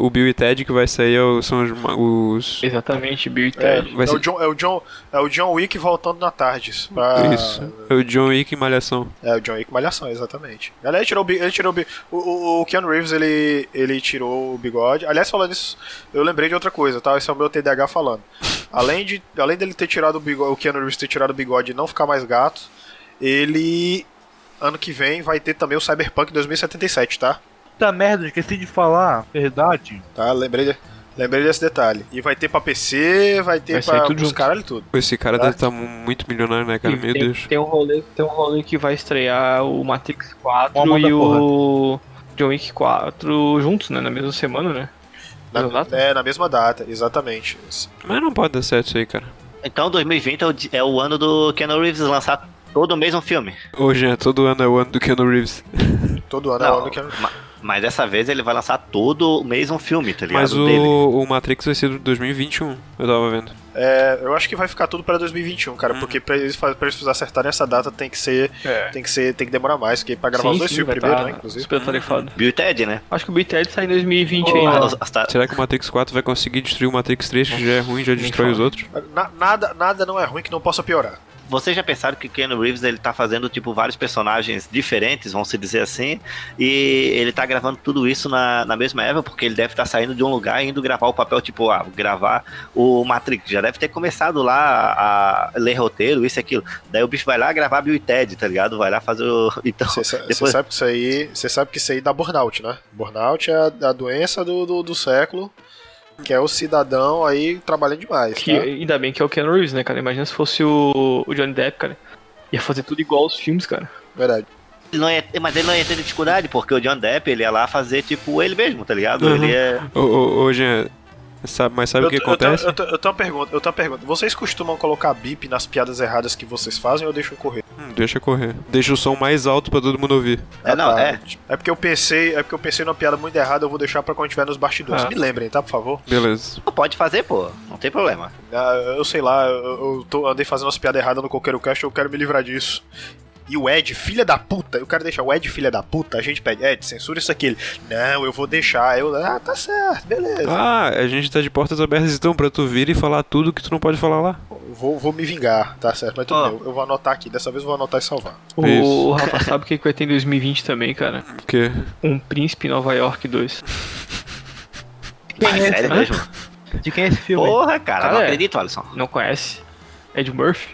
o, o Bill e Ted que vai sair é o- são os, ma- os. Exatamente, Bill e É, Ted. vai é, ser- o John, é, o John, é o John Wick voltando na tardes. pra- Isso. É o John Wick e Malhação. É, o John Wick Malhação, exatamente. Aliás, ele tirou o bi- ele tirou o, bi- o, o, o Keanu Reeves, ele, ele tirou o bigode. Aliás, falando isso, eu lembrei de outra coisa, tá? Esse é o meu TDAH falando. Além, de, além dele ter tirado o bigode, o Keanu Reeves ter tirado o bigode e não ficar mais gato, ele, ano que vem, vai ter também o Cyberpunk 2077, tá? Puta merda, esqueci de falar, verdade. Tá, lembrei, de- lembrei desse detalhe. E vai ter pra PC, vai ter Vai sair pra tudo os junto. caralho tudo. Esse cara Tá. deve estar muito milionário, né, cara? E Meu tem, Deus. Tem um, rolê, tem um rolê que vai estrear o Matrix 4 Uma mão da e o John Wick 4 juntos, né? Na mesma semana, né? Na, Exato. é, na mesma data, exatamente. Mas não pode dar certo isso aí, cara. Então 2020 é o, di- é o ano do Keanu Reeves lançar todo mês um filme. Ô, Jean, todo ano é o ano do Keanu Reeves. Todo ano é o Não, ano que ma- mas dessa vez ele vai lançar todo mês um filme, tá ligado? Mas o, Dele. o Matrix vai ser de 2021, eu tava vendo. É, eu acho que vai ficar tudo pra 2021, cara, porque pra eles, fa- pra eles acertarem essa data tem que ser, É. tem que ser, tem que demorar mais, porque pra gravar os dois filmes primeiro, tá né, inclusive. tá Super tarifado. Bill e Ted, né? Acho que o Bill e Ted sai em 2020 aí. Ah, né? os- as ta- Será que o Matrix 4 vai conseguir destruir o Matrix 3, que já é ruim, já nem destrói os fala. outros? Na- nada, nada não é ruim que não possa piorar. Vocês já pensaram que Keanu Reeves ele tá fazendo tipo vários personagens diferentes, vamos se dizer assim, e ele tá gravando tudo isso na, na mesma época, porque ele deve estar saindo de um lugar e indo gravar o papel, tipo, ah, gravar o Matrix. Já deve ter começado lá a ler roteiro, isso e aquilo. Daí o bicho vai lá gravar Bill e Ted, tá ligado? Vai lá fazer o. Então, Você sa- você depois- sabe que isso aí. Você sabe que isso aí dá burnout, né? Burnout é a, a doença do, do, do século, que é o cidadão aí trabalhando demais. Que, tá? ainda bem que é o Keanu Reeves, né, cara? Imagina se fosse o, o Johnny Depp, cara. Ia fazer tudo igual aos filmes, cara. Verdade. ele não ia, ter- mas ele não ia ter dificuldade, porque o John Depp ele ia lá fazer, tipo, ele mesmo, tá ligado? Uhum. Ele é. Ô, ô, ô, Jean, sabe, mas sabe o que eu, tenho- acontece? eu, tenho- eu tenho uma pergunta, eu tenho uma pergunta. Vocês costumam colocar bip nas piadas erradas que vocês fazem ou deixam correr? Hum, deixa correr. Deixa o som mais alto pra todo mundo ouvir. É, não, tá. é. É porque eu pensei, é porque eu pensei numa piada muito errada, eu vou deixar pra quando tiver nos bastidores. Ah. Me lembrem, tá, por favor? Beleza. Pode fazer, pô. Não tem problema. Ah, eu sei lá, eu, eu tô, andei fazendo umas piadas erradas no Coqueiro Cast, eu quero me livrar disso. E o Ed, filha da puta, eu quero deixar o Ed, filha da puta, a gente pede, Ed, censura isso aqui. Ele, não, eu vou deixar. Eu, ah, tá certo, beleza. Ah, a gente tá de portas abertas então pra tu vir e falar tudo que tu não pode falar lá. Vou, vou me vingar, tá certo. Mas tudo Ah. bem, eu- eu vou anotar aqui, dessa vez eu vou anotar e salvar. O, Isso. o Rafa sabe o que que vai ter em 2020 também, cara? O quê? Um Príncipe em Nova York 2. Quem Ah, é esse, sério né? mesmo? De quem é esse filme? Porra, cara, Cara, não é. acredito, Alisson. Não conhece? Ed Murphy?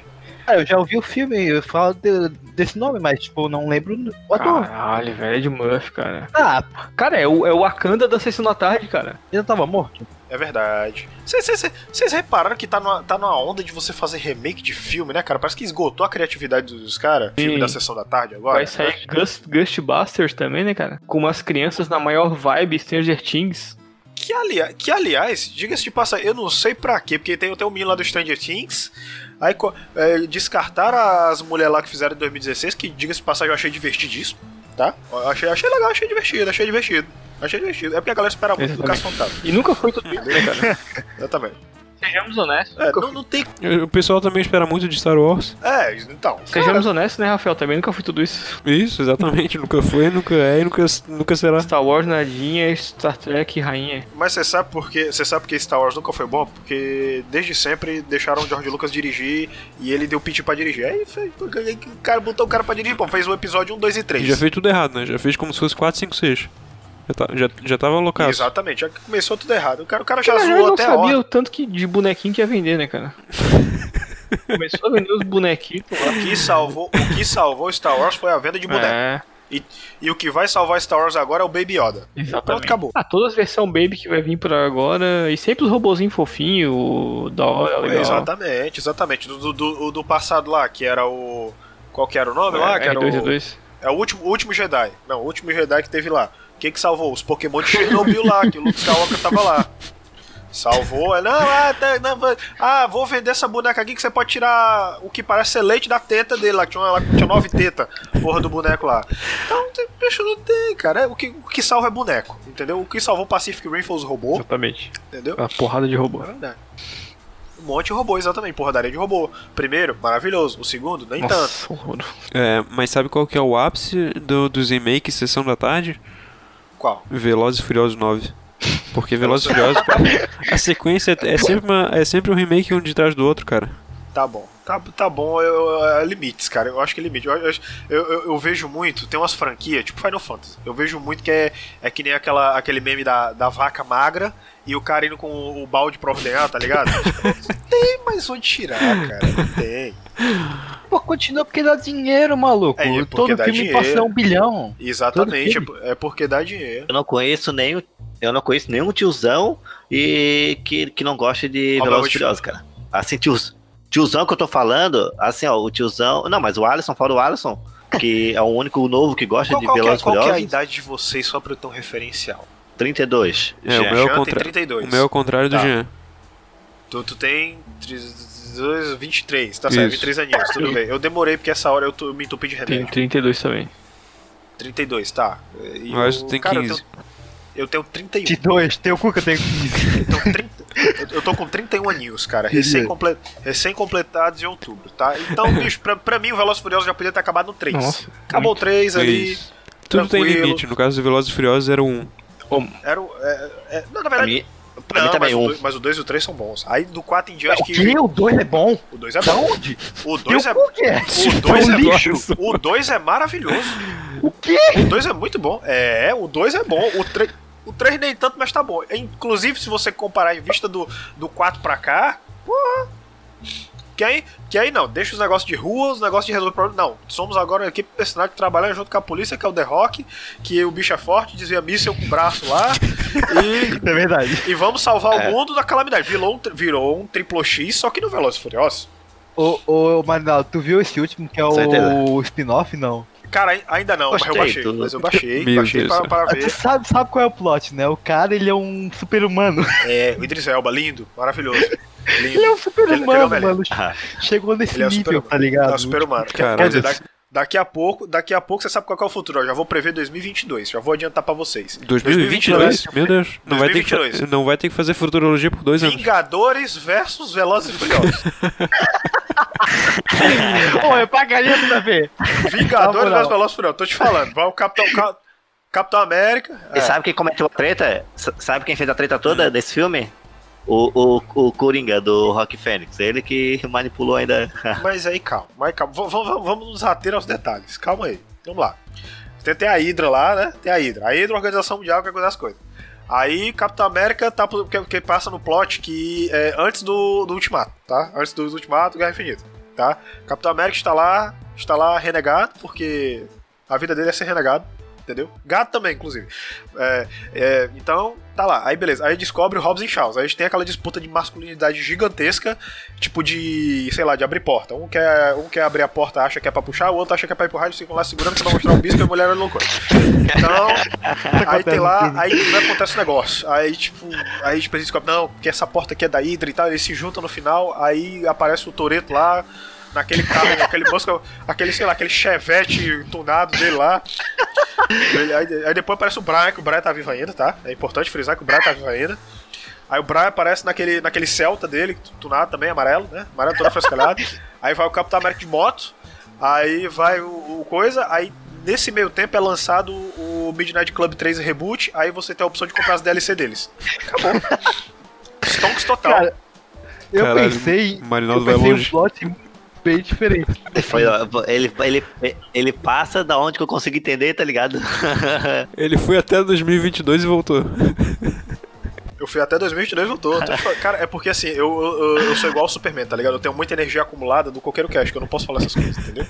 Cara, eu já ouvi o filme, eu falo de- desse nome, mas tipo, não lembro o ator. Caralho, velho, Ed Murphy, cara. Ah, Cara, é o, é o Wakanda da Sessão da Tarde, cara. ele não tava morto? É verdade. Vocês repararam que tá numa, tá numa onda de você fazer remake de filme, né, cara? Parece que esgotou a criatividade dos caras. Filme Sim. da sessão da tarde agora. Vai sair Gust, Gustbusters também, né, cara? Com umas crianças na maior vibe Stranger Things. Que, alia, que aliás, diga-se de passagem, eu não sei pra quê, porque tem até o menino lá do Stranger Things. Aí co- é, descartaram as mulheres lá que fizeram em 2016, que diga-se de passagem eu achei divertidíssimo, tá? Eu achei, achei legal, achei divertido, achei divertido. Achei divertido. É porque a galera espera muito do Caso Exatamente. Fantasma. E nunca foi tudo isso, né, cara? Exatamente. Sejamos honestos. É, nunca não, não tem. O pessoal também espera muito de Star Wus. É, então. Sejamos honestos, né, Rafael? Também nunca foi tudo isso. Isso, exatamente. nunca foi, nunca é e nunca, nunca será. Star Wars, nadinha, Star Trek, rainha. Mas você sabe por quê? Você sabe porque Star Wars nunca foi bom? Porque desde sempre deixaram o George Lucas dirigir e ele deu pitch pra dirigir. Aí foi- o cara botou o cara pra dirigir, pô, fez o episódio 1, 2 e 3. E já fez tudo errado, né? Já fez como se fosse 4, 5, 6. Já, tá, já, já tava um alocado. Exatamente, já que começou tudo errado. O cara, o cara já Cara, eu zoou não até a sabia hora. o tanto que de bonequinho que ia vender, né, cara? Começou a vender os bonequinhos. O que, salvou, o que salvou Star Wars foi a venda de boneco. É, E, e o que vai salvar Star Wars agora é o Baby Yoda. Pronto, exatamente. acabou. Ah, todas as versões Baby que vai vir por agora. E sempre os robozinhos fofinhos, da hora, Tá legal. Exatamente, exatamente. Do, do, do- do passado lá, que era o. Qual que era o nome lá? Que era o, R2D2. é o último, o último Jedi. Não, o último Jedi que teve lá. Quem que salvou? Os Pokémon de Chernobyl lá, que o Luke Skywalker tava lá. Salvou, é, não, ah, tá, não, vai- ah, vou vender essa boneca aqui que você pode tirar o que parece ser leite da teta dele lá, que tinha, uma lá que tinha nove teta, porra do boneco lá. Então, tem- bicho, não tem, cara. É, O que, o que salva é boneco, entendeu? O que salvou Pacific Rim foi os robô, Exatamente. entendeu? Uma porrada de robô. É verdade. Um monte de robô, exatamente, porradaria de robô. Primeiro, maravilhoso. O segundo, nem tanto. Nossa, horror. É, mas sabe qual que é o ápice do, dos remakes Sessão da Tarde? Qual? Velozes e Furiosos 9. Porque Velozes e Furiosos... A sequência é sempre, uma, é sempre um remake um de trás do outro, cara. Tá bom. Tá, tá bom, eu, é limites, cara. Eu acho que é limite. Eu, eu, eu- eu vejo muito, tem umas franquias, tipo Final Fantasy. Eu vejo muito que é, é que nem aquela, aquele meme da, da vaca magra e o cara indo com o balde pra ordenhar, tá ligado? não tem mais onde tirar, cara. Não tem. Pô, continua porque dá dinheiro, maluco. É, é porque Todo dá filme dinheiro. passa um bilhão. Exatamente, Todo é, é porque dá dinheiro. Eu não conheço nenhum. Eu não conheço nenhum tiozão e que, que não goste de Ó, Velozes e mas eu vou Furiosos, cara. Assim, tiozão. Tiozão que eu tô falando, assim, ó, o tiozão. Não, mas o Alisson, fora o Alisson, que é o único novo que gosta Qual, de qual que é, Velozes e qual que é a Furiosos, idade de vocês só pra eu ter um referencial? 32. É, o Jean, meu é o Jean tem contrário. 32. O meu é o contrário do Tá. Jean. Tu, tu tem 32, 23, tá certo? Isso. 23 aninhos, tudo bem. Eu demorei porque essa hora eu, tô- eu me entupi de Tem remédio. 32 também. 32, tá. E Mas o- tu tem cara, 15. Eu tenho, eu tenho 31. De dois, tem o cu que eu tenho 15. Eu, tenho 30 eu- eu tô com 31 aninhos, cara. recém-comple- Recém-completados em outubro, tá? Então, bicho, pra, pra mim o Veloz Furioso já podia ter acabado no 3. Nossa. Acabou o 3 ali. Isso. Tudo tem tranquilo. um. limite. No caso do Velozes e Furiosos era o 1. Era o. é- é- não, na A verdade, minha, Pra mim mas, também um. o dois- mas o 2 e o 3 são bons. Aí do 4 em diante O que. que? O 2 é bom? O 2 é Da bom. onde? O 2 é. O que é? O É 2 um é lixo. O 2 é maravilhoso. O quê? O 2 é muito bom. É, o 2 é bom. O 3. O 3 nem tanto, mas tá bom. Inclusive, se você comparar em vista do, do 4 pra cá, porra. Que aí, que aí não, deixa os negócios de rua, os negócios de resolver problema. Não, somos agora uma equipe personal que trabalhando junto com a polícia, que é o The Rock, que o bicho é forte, desvia míssel com o braço lá. e É verdade. E vamos salvar É. o mundo da calamidade. Virou um, tri- virou um triplo X, só que no Veloz Furioso. Ô, ô Marinaldo, tu viu esse último que é Certeza. o spin-off, não? Cara, ai- ainda não, mas eu Gostei, baixei. tudo. Mas eu baixei, Meu baixei Deus. pra, pra Ah, tu ver. sabe, sabe qual é o plot, né? O cara, ele é um super-humano. É, o Idris Elba, lindo, maravilhoso. Lindo. Ele é um Ele- ele é o super-humano, melhor. mano. Ah. Chegou nesse Ele é o nível, super-humano. tá Ele ligado? é um super humano. Quer Caralho. dizer, daqui, daqui a pouco, daqui a pouco você sabe qual que é o futuro. ó. já vou prever 2022, já vou adiantar pra vocês. 2022? Meu Deus. Não vai, ter que, 2022. não vai ter que fazer futurologia por dois anos. Vingadores versus Velozes e Furiosos. Pô, eu pagaria pra ver. Na Vingadores moral. versus Velozes e Furiosos. Tô te falando, vai o Capitão, Ca- Capitão América. E é. sabe quem cometeu a treta? S- Sabe quem fez a treta toda desse filme? O, o, o Coringa do Rock Fênix. Ele que manipulou ainda. Mas aí calma, mas calma. V- v- v- vamos nos ater aos detalhes. Calma aí. Vamos lá. Tem, tem a Hydra lá, né? Tem a Hydra. A Hydra é uma organização mundial que cuida das coisas. Aí Capitão América tá pro- que, que passa no plot que é antes do, do Ultimato, tá? Antes do, do Ultimato, Guerra Infinita, tá? Capitão América está lá, está lá renegado porque a vida dele é ser renegado, entendeu? Gato também, inclusive. É, é, então, tá lá. Aí beleza. Aí descobre o Hobbs e Shaw. Aí a gente tem aquela disputa de masculinidade gigantesca tipo de, sei lá, de abrir porta. Um quer, um quer abrir a porta, acha que é pra puxar, o outro acha que é pra empurrar, eles ficam lá segurando que vai mostrar o bispo e a mulher é loucura. Então, aí tem lá, aí né, acontece o negócio. Aí, tipo, aí tipo, eles descobrem, não, porque essa porta aqui é da Hydra e tal, eles se juntam no final, aí aparece o Toreto lá, naquele carro, naquele Mosca, aquele, sei lá, aquele chevette tunado dele lá. Ele- aí, aí depois aparece o Brian, que o Brian tá vivo ainda, tá? É importante frisar que o Brian tá vivo ainda. Aí o Brian aparece naquele, naquele Celta dele, tunado também, amarelo, né? Amarelo todo frescalhado. aí vai o Capitão América de moto. Aí vai o, o Coisa. Aí nesse meio tempo é lançado o Midnight Club 3 Reboot. Aí você tem a opção de comprar as DLC deles. Acabou. Stonks total. Cara, eu Caralho, pensei. Marinaldo eu vai pensei um longe. plot bem diferente. Foi, ó, ele, ele, ele passa da onde que eu consigo entender, tá ligado? Ele foi até 2022 e voltou. Eu fui até 2022 e voltou. Tô te falando. Cara, é porque assim, eu, eu, eu sou igual o Superman, tá ligado? Eu tenho muita energia acumulada do coqueiro cash, que eu não posso falar essas coisas, entendeu?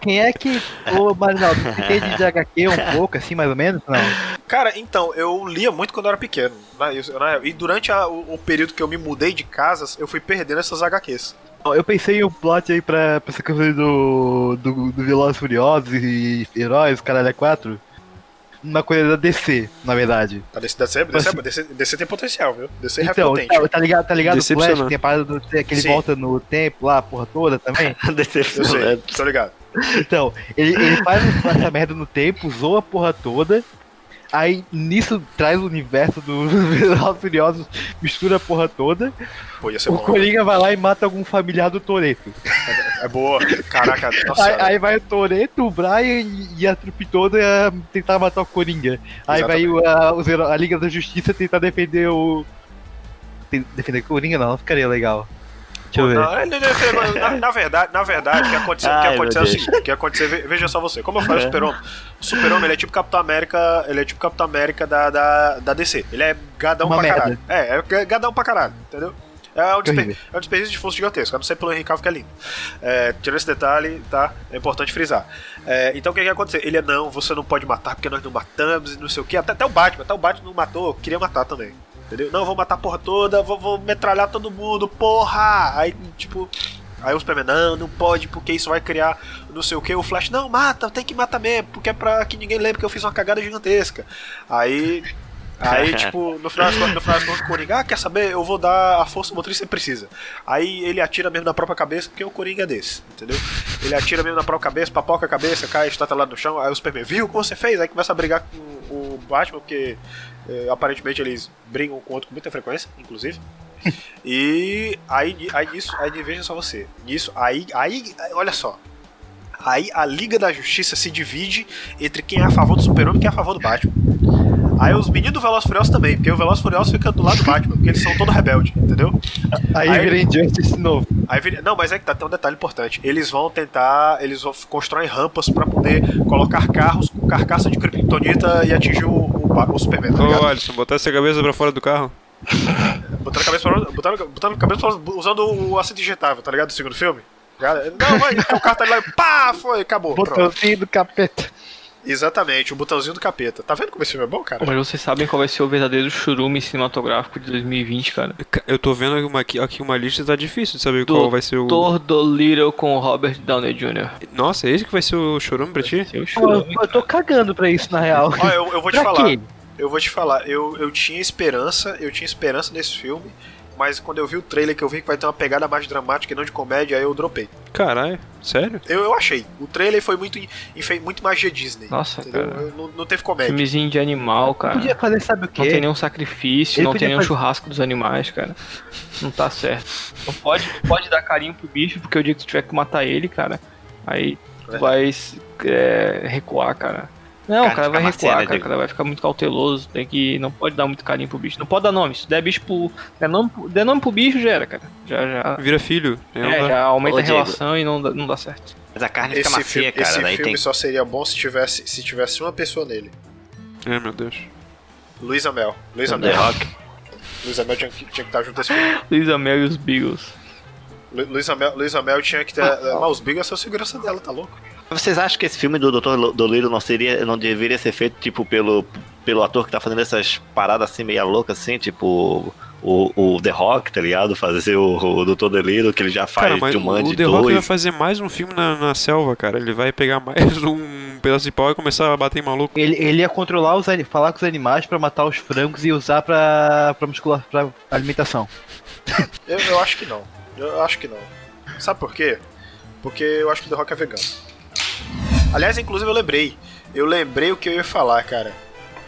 Quem é que. Ô, Marinaldo, você entende de HQ um pouco, assim, mais ou menos? Não. Cara, então, eu lia muito quando eu era pequeno. Na- eu- na- e durante a- o, o período que eu me mudei de casas, eu fui perdendo essas HQs. Eu pensei em um plot aí pra, pra essa coisa do, do, do Velozes e Furiosos e Heróis, Caralho é 4. Uma coisa da DC, na verdade. Tá, DC, DC, DC, DC, DC tem potencial, viu? DC é Então, potente. tá, tá ligado, tá ligado o Flash, Decepcionou. tem a parada do, tem aquele Sim. volta no tempo lá, a porra toda também. Eu sei, é. Decepcionante. tô ligado. Então, ele, ele faz essa merda no tempo, zoa a porra toda. Aí nisso traz o universo do Velozes e Furiosos, mistura a porra toda. Pô, ia ser O bom. Coringa vai lá e mata algum familiar do Toreto. É boa. Caraca, nossa. Aí, senhora. aí vai o Toreto, o Brian e- e a trupe toda eh, tentar matar o Coringa. Aí vai o, a, os heró- a Liga da Justiça tentar defender o. Tem- Defender o Coringa não, não ficaria legal. Deixa eu ver. Não, ele- ele- ele- na, na verdade, na verdade, o que aconteceu, o que aconteceu Ai, é o meu Deus. seguinte, o que aconteceu, ve- veja só você, como eu falei, o Super-Homem, o Super-Homem, ele é tipo Capitão América, ele é tipo Capitão América da, da, da DC, ele é gadão Uma pra merda. caralho, é, é ga- gadão pra caralho, entendeu? É um, Que desper, horrível. é um desperdício de força gigantesco, a não ser pelo Henrique Cavill que é lindo. É, tirando esse detalhe, tá? É importante frisar. É, então o que, que aconteceu? Ele é não, você não pode matar porque nós não matamos e não sei o que. Até, até o Batman, até o Batman não matou, queria matar também. Entendeu? Não, vou matar a porra toda, vou, vou metralhar todo mundo, porra! Aí, tipo. Aí o Superman, não, não pode, porque isso vai criar não sei o que. O Flash, não, mata, tem que matar mesmo, porque é pra que ninguém lembre que eu fiz uma cagada gigantesca. Aí. Aí, tipo, no final das contas, no final das contas, o Coringa, ah, quer saber? Eu vou dar a força motriz que você precisa. Aí ele atira mesmo na própria cabeça, porque o Coringa é desse, entendeu? Ele atira mesmo na própria cabeça, papoca a cabeça, cai, está lá no chão. Aí o Superman, viu o que você fez? Aí começa a brigar com o Batman, porque eh, aparentemente eles brigam com o outro com muita frequência, inclusive. E aí, ni- aí nisso, aí ni- veja só você. Nisso, aí, aí, olha só. Aí a Liga da Justiça se divide entre quem é a favor do Super-Homem e quem é a favor do Batman. Aí os meninos do Veloz Furioso também, porque o Veloz Furioso fica do lado do Batman, porque eles são todo rebelde, entendeu? Aí, Aí- vira Injustice de novo. Aí vira- Não, mas é que tá, tem um detalhe importante. Eles vão tentar. Eles vão constroem rampas pra poder colocar carros com carcaça de kryptonita e atingir o, o, ba- o Superman, tá ligado? Ô, Alisson, botar essa cabeça pra fora do carro. Botaram a cabeça pra, botaram, botaram a cabeça pra, usando o assento digitável, tá ligado? Do segundo filme. Tá ligado? Não, vai, o carro tá ali lá e pá, foi, acabou. Pronto. Botãozinho do capeta. Exatamente, o botãozinho do capeta. Tá vendo como esse filme é bom, cara? Mas vocês sabem qual vai ser o verdadeiro churume cinematográfico de 2020, cara? Ca- Eu tô vendo aqui uma, aqui- aqui uma lista tá difícil de saber qual vai ser o. Doutor Dolittle com Robert Downey Jr. Nossa, é esse que vai ser o chorão pra ti? Seu Pô, eu, churume. eu tô cagando pra isso, na real. Ó, eu, eu vou te pra falar. quê? Eu vou te falar, eu, eu tinha esperança, eu tinha esperança nesse filme, mas quando eu vi o trailer que eu vi que vai ter uma pegada mais dramática e não de comédia, aí eu dropei. Caralho, sério? Eu, eu achei. O trailer foi muito, em- enfim, muito magia Disney. Nossa, entendeu? cara. Eu- Não, não teve comédia. Filmezinho de animal, cara. Podia fazer, sabe o Não tem quê? nenhum sacrifício, Ele não podia tem nenhum fazer- churrasco dos animais, cara. Não tá certo. Não pode, não pode dar carinho pro bicho, porque o dia que tu tiver que matar ele, cara, aí tu vai se- é, recuar, cara. Não, Cara, o cara vai fica recuar, macena, cara, o Diego. cara vai ficar muito cauteloso, tem que. Não pode dar muito carinho pro bicho. Não pode dar nome. Se der bicho pro. Der nome, pro- der nome pro bicho, já era, cara. Já, Tá. já. Vira filho. É, É, um- já aumenta Ô, a Diego. relação e não dá, não dá certo. Mas a carne Esse, fica macia, filme, cara. esse Daí filme tem. só seria bom se tivesse, se tivesse uma pessoa nele. é, meu Deus. Luísa Mel. Luísa The Mel. Rock. Luísa Mel tinha, que- tinha que estar junto a esse filme. Lisa Mel e os Beagles. Lu- Luísa Mel, Luísa Mel tinha que ter. Mas os Big é só segurança dela, tá louco? Vocês acham que esse filme do Dr. Dolittle não seria. não deveria ser feito, tipo, pelo. pelo ator que tá fazendo essas paradas assim meia louca, assim, tipo. O, o The Rock, tá ligado? Fazer o, o Dr. Dolittle, que ele já faz Cara, mas de um monte o de The Rock vai dois. fazer mais um filme na, na selva, cara. Ele vai pegar mais um pedaço de pau e começar a bater em maluco. Ele, ele ia controlar os ani- falar com os animais pra matar os frangos e usar pra, pra muscular pra alimentação. Eu, eu acho que não. Eu acho que não. Sabe por quê? Porque eu acho que o The Rock é vegano. Aliás, inclusive eu lembrei. Eu lembrei o que eu ia falar, cara.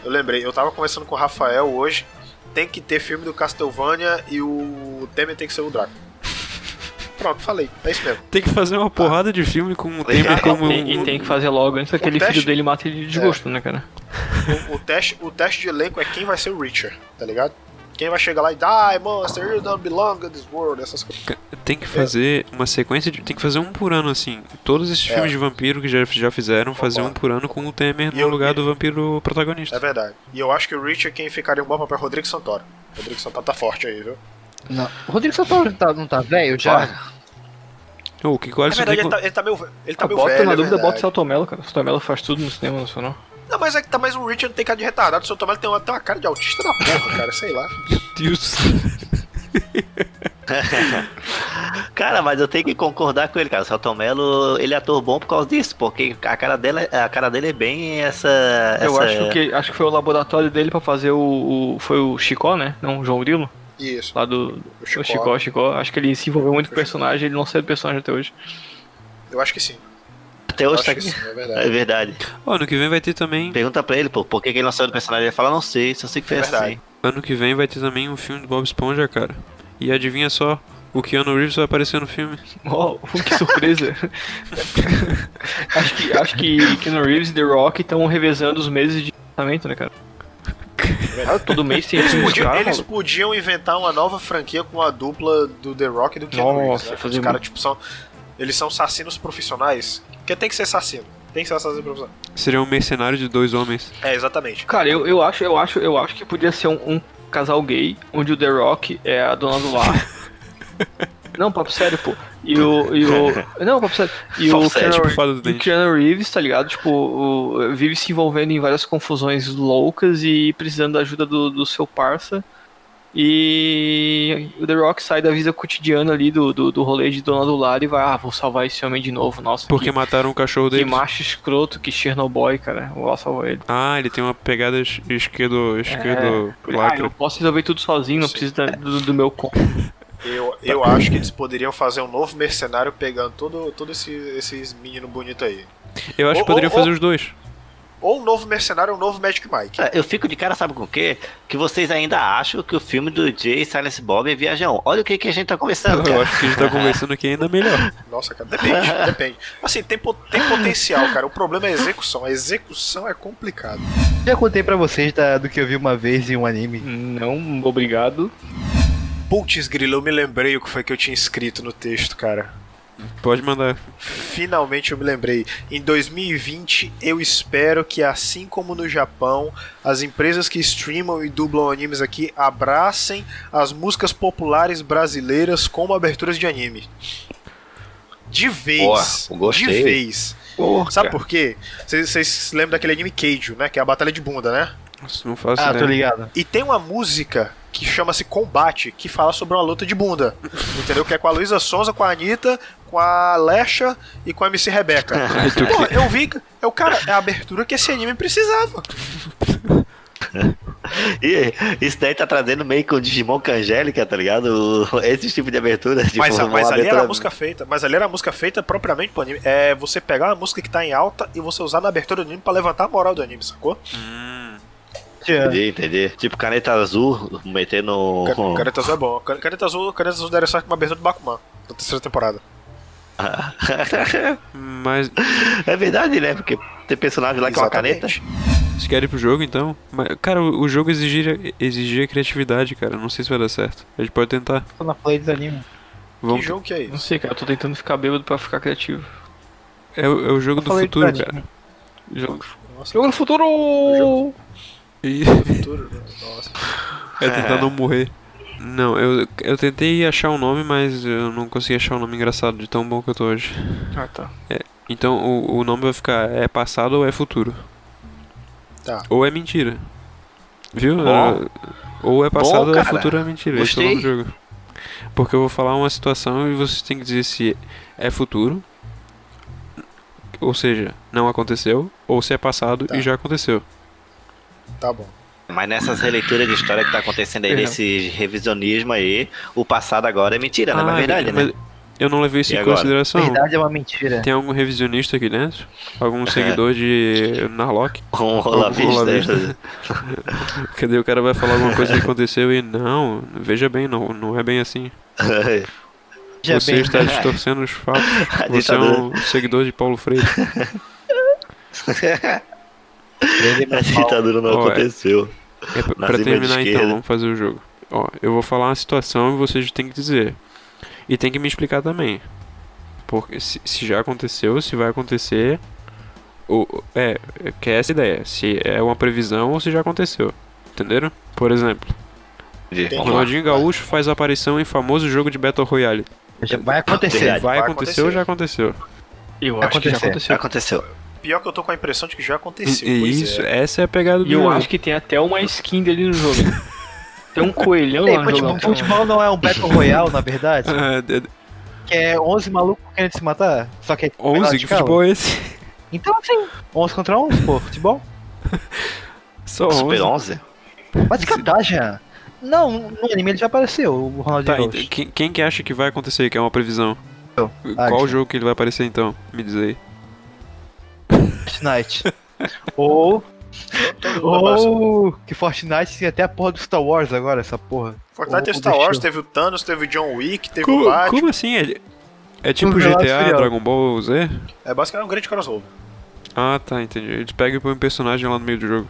Eu lembrei. Eu tava conversando com o Rafael hoje. Tem que ter filme do Castlevania e o Temer tem que ser o Draco. Pronto, falei. É isso mesmo. Tem que fazer uma porrada de filme com o tema como um. E, e tem que fazer logo antes que aquele teste- filho dele mate É. ele de desgosto, né, cara? O, o teste, o teste de elenco é quem vai ser o Richard, tá ligado? Quem vai chegar lá e die, monster, you don't belong in this world, essas coisas. um, Tem que fazer uma sequência de. Tem que fazer um por ano, assim. Todos É. esses filmes de vampiro que já, já fizeram, fazer um por ano com o Temer E no eu- lugar do vampiro É protagonista. verdade. E eu acho que o Richard quem ficaria um bom papel é Rodrigo Santoro. Rodrigo Santoro tá forte aí, viu? Não. O Rodrigo Santoro não tá, não tá velho já? Ô, o que que o É Alisson tem verdade, ele com- tá, ele tá meio, ele tá Ah, meio bota, velho. na é dúvida, bota o verdade. Celto Mello, cara. O Celto Mello faz tudo no cinema nacional. Não, mas é que tá mais um Richard, tem cara de retardado. O seu Tomás tem uma, tem uma cara de autista da porra, cara, sei lá. Deus. Cara, mas eu tenho que concordar com ele, cara. O Celton Mello, ele é ator bom por causa disso, porque a cara, dela, a cara dele é bem essa. Eu essa- é. acho que acho que foi o laboratório dele pra fazer o, o- Foi o Chicó, né? Não, o João Grilo. Isso. Lá do. O Tá, O Chicó. Chicó, Chicó. Acho que ele se envolveu muito com o personagem, ele não saiu do personagem até hoje. Eu acho que sim. Até Eu hoje acho tá que aqui. sim, é É verdade. verdade. Ó, ano que vem vai ter também. Pergunta pra ele, pô, por que, que ele não saiu do personagem? Ele fala, não sei, só sei que foi É verdade. assim. Ano que vem vai ter também um filme do Bob Esponja, cara. E adivinha só, o Keanu Reeves vai aparecer no filme. Ó, que surpresa! acho que, acho que Keanu Reeves e The Rock estão revezando os meses de lançamento, né, cara? Cara, todo mês tem filme dos Podiam- caras, é eles maluco. podiam inventar uma nova franquia com a dupla do The Rock e do Keanu Nossa, Reeves, né? Os fazer caras, tipo, são... Eles são assassinos profissionais. Porque tem que ser assassino. Tem que ser assassino profissional. Seria um mercenário de dois homens. É, exatamente. Cara, eu, eu acho, eu acho, eu acho que podia ser um, um casal gay, onde o The Rock é a dona do lar. não, papo sério, pô. E o. E o não, papo sério. E Papo o sério, Keanu tipo, fala do e o dente. Keanu Reeves, tá ligado? Tipo, o- vive se envolvendo em várias confusões loucas e precisando da ajuda do, do seu parça. E o The Rock sai da vida cotidiana ali do, do, do rolê de dona do lar e vai, ah, vou salvar esse homem de novo, nossa. Porque que, mataram o cachorro que dele. macho escroto, que Chernobyl, cara. Vou lá salvar ele. Ah, ele tem uma pegada es- esquerdo. esquerdo. Ah, eu lacra. posso resolver tudo sozinho, não Sim. precisa da- do, do meu combo. Eu, eu acho que eles poderiam fazer um novo mercenário pegando todos todo esse, esses meninos bonitos aí. Eu acho Ô, que poderia ô, fazer os dois. ou um novo mercenário ou um novo Magic Mike. Cara, Eu fico de cara, sabe com o quê? Que vocês ainda acham que o filme do Jay Silence Bob é viajão. Olha o que, que a gente tá conversando, Eu cara. acho que a gente tá conversando aqui ainda melhor. Nossa, cara, depende, depende. Assim, tem, po- tem potencial, cara. O problema é a execução. A execução é complicada. Já contei pra vocês da- do que eu vi uma vez em um anime. Não, obrigado. Putz, Grilo, eu me lembrei o que foi que eu tinha escrito no texto, cara. Pode mandar. Finalmente eu me lembrei. Em 2020, eu espero que, assim como no Japão, as empresas que streamam e dublam animes aqui abracem as músicas populares brasileiras como aberturas de anime. De vez. Boa, gostei. De vez. Porra, Sabe por quê? Vocês- Vocês se lembram daquele anime Keijo, né? Que é a Batalha de Bunda, né? Isso não faço Ah, tô ideia. ligado. E tem uma música que chama-se Combate, que fala sobre uma luta de bunda. Entendeu? Que é com a Luísa Sonza, com a Anitta, com a Lesha e com a MC Rebeca. E tu Porra, eu vi. Eu, cara, é a abertura que esse anime precisava. E isso daí tá trazendo meio que o Digimon com a Angélica, tá ligado? O- Esse tipo de abertura. Tipo, mas, uma mas ali era abertura- a música feita. Mas ali era a música feita propriamente pro anime. É você pegar uma música que tá em alta e você usar na abertura do anime pra levantar a moral do anime, sacou? Tchan. Entendi, entendi. Tipo, caneta azul, metendo. Can- um- Caneta Azul é bom. Can- Caneta Azul, Caneta Azul deram sorte com uma abertura do Bakuman, da terceira temporada. Mas é verdade, né? Porque tem personagem lá que é uma caneta. Exatamente. vocês querem ir pro jogo então? Mas, cara, o o jogo exigia, exigia criatividade, cara. Não sei se vai dar certo. A gente pode tentar. Tô na play dos animes. Que Vamos. jogo que é Não isso? sei, cara. Eu tô tentando ficar bêbado pra ficar criativo. É, o- é o jogo Eu do falei futuro, dos cara. animes. Jogo, Nossa, jogo do futuro! E- futuro. né? Nossa. É tentar não morrer. Não, eu, eu tentei achar um nome, mas eu não consegui achar um nome engraçado de tão bom que eu tô hoje. Ah, tá. Então o, o nome vai ficar é passado ou é futuro. Tá. Ou é mentira. Viu? Bom. Ou é passado ou é cara. futuro ou é mentira. Esse é o nome do Gostei. jogo. Porque eu vou falar uma situação e vocês têm que dizer se é futuro, ou seja, não aconteceu, ou se é passado Tá. e já aconteceu. Tá bom. Mas nessas releituras de história que tá acontecendo aí, Uhum. desse revisionismo aí, o passado agora é mentira, não é Ah, Ah, verdade, né? mas Eu não levei isso E em agora? consideração. Verdade é uma mentira. Tem algum revisionista aqui dentro? Algum seguidor de Narlock? Um rola rolavista. vista. Que daí o cara vai falar alguma coisa que aconteceu e não, veja bem, não, não é bem assim. Já Você bem. né? está distorcendo os fatos. Você é um seguidor de Paulo Freire. A ditadura não Ó, é. aconteceu. É pra- Na pra cima de terminar então, esquerda. vamos fazer o jogo. Ó, eu vou falar uma situação e vocês têm que dizer. E tem que me explicar também. Porque se, se já aconteceu, se vai acontecer. Ou, é, que é essa ideia. Se é uma previsão ou se já aconteceu. Entenderam? Por exemplo. Entendi. Vamos Ronaldinho lá. Gaúcho faz aparição em famoso jogo de Battle Royale. Já vai acontecer. Verdade. Vai, Vai acontecer ou acontecer. já aconteceu? Eu acho que já Acontecer. aconteceu. Aconteceu. Pior que eu tô com a impressão de que já aconteceu. E- e pois isso, é. essa é a pegada do E eu jogo. acho que tem até uma skin dele no jogo. Tem um coelhão Ei, lá no futebol, jogo. futebol não é um Battle Royale, na verdade? Ah, d- d- Que é 11 malucos querendo se matar? Só que é menor 11, de que escala. futebol é esse? Então assim, 11 contra 11, pô, futebol. Só Super 11. 11? Mas de Kardashian. Não, no anime ele já apareceu, o Ronaldinho. Tá, Gaúcho. então, quem, quem que acha que vai acontecer, que é uma previsão? Eu. Ah, Qual já. jogo que ele vai aparecer então? Me diz aí. Fortnite. ou. Tá Ou. Oh, Que Fortnite tem até a porra do Star Wars agora, essa porra. Fortnite teve Ou Star Wars, deixou. teve o Thanos, teve o John Wick, teve Co- o Batman. como assim? É, é tipo Os Velozes e GTA, Furiosos. Dragon Ball Z? É basicamente um grande crossover. Ah, tá, entendi. Eles pegam e põem um personagem lá no meio do jogo.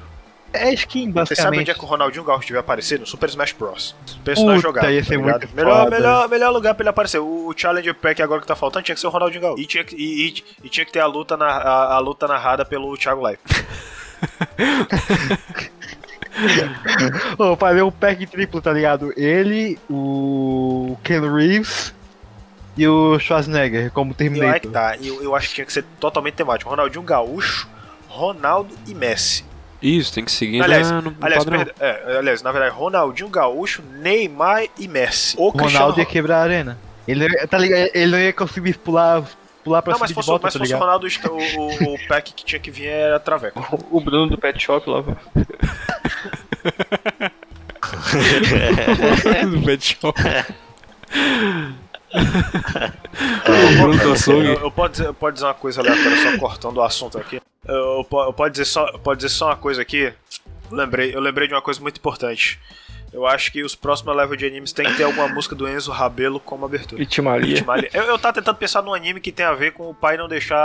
É skin, Você sabe onde basicamente. é que o Ronaldinho Gaúcho devia aparecer? No Super Smash Bros. Puta, Personagem é jogado. tá ia ser ligado? muito melhor, foda. melhor, melhor lugar pra ele aparecer. O, o Challenger Pack agora que tá faltando tinha que ser o Ronaldinho Gaúcho. E tinha que, e, e- e tinha que ter a luta, na, a, a luta narrada pelo Thiago Life. Ô, Eu falei um pack triplo, tá ligado? Ele, o Ken Reeves e o Schwarzenegger, como E lá é Terminator. que tá. E Eu, eu acho que tinha que ser totalmente temático. Ronaldinho Gaúcho, Ronaldo e Messi. Isso, tem que seguir Aliás, na, no no Aliás, padrão. perda- é, aliás, na verdade, Ronaldinho Gaúcho, Neymar e Messi. O O Cristiano Ronaldo é ia quebrar a arena. Ele, não ia- tá ligado? ele não ia conseguir pular, pular pra Não, cima mas de fosse, volta, mas tá fosse o ligado? Ronaldo, o, o, o pack que tinha que vir era Traveco. então, O Bruno do Pet Shop lá. pô. É do Pet Shop. O Bruno do açougue. Eu, eu posso dizer, eu posso dizer uma coisa aleatória, só cortando o assunto aqui. Eu, po- eu pode, dizer só, pode dizer só uma coisa aqui. Lembrei, eu lembrei de uma coisa muito importante. Eu acho que os próximos level de animes tem que ter alguma música do Enzo Rabelo como abertura. Itimalia. Itmali- Eu, eu tava tentando pensar num anime que tem a ver com o pai não deixar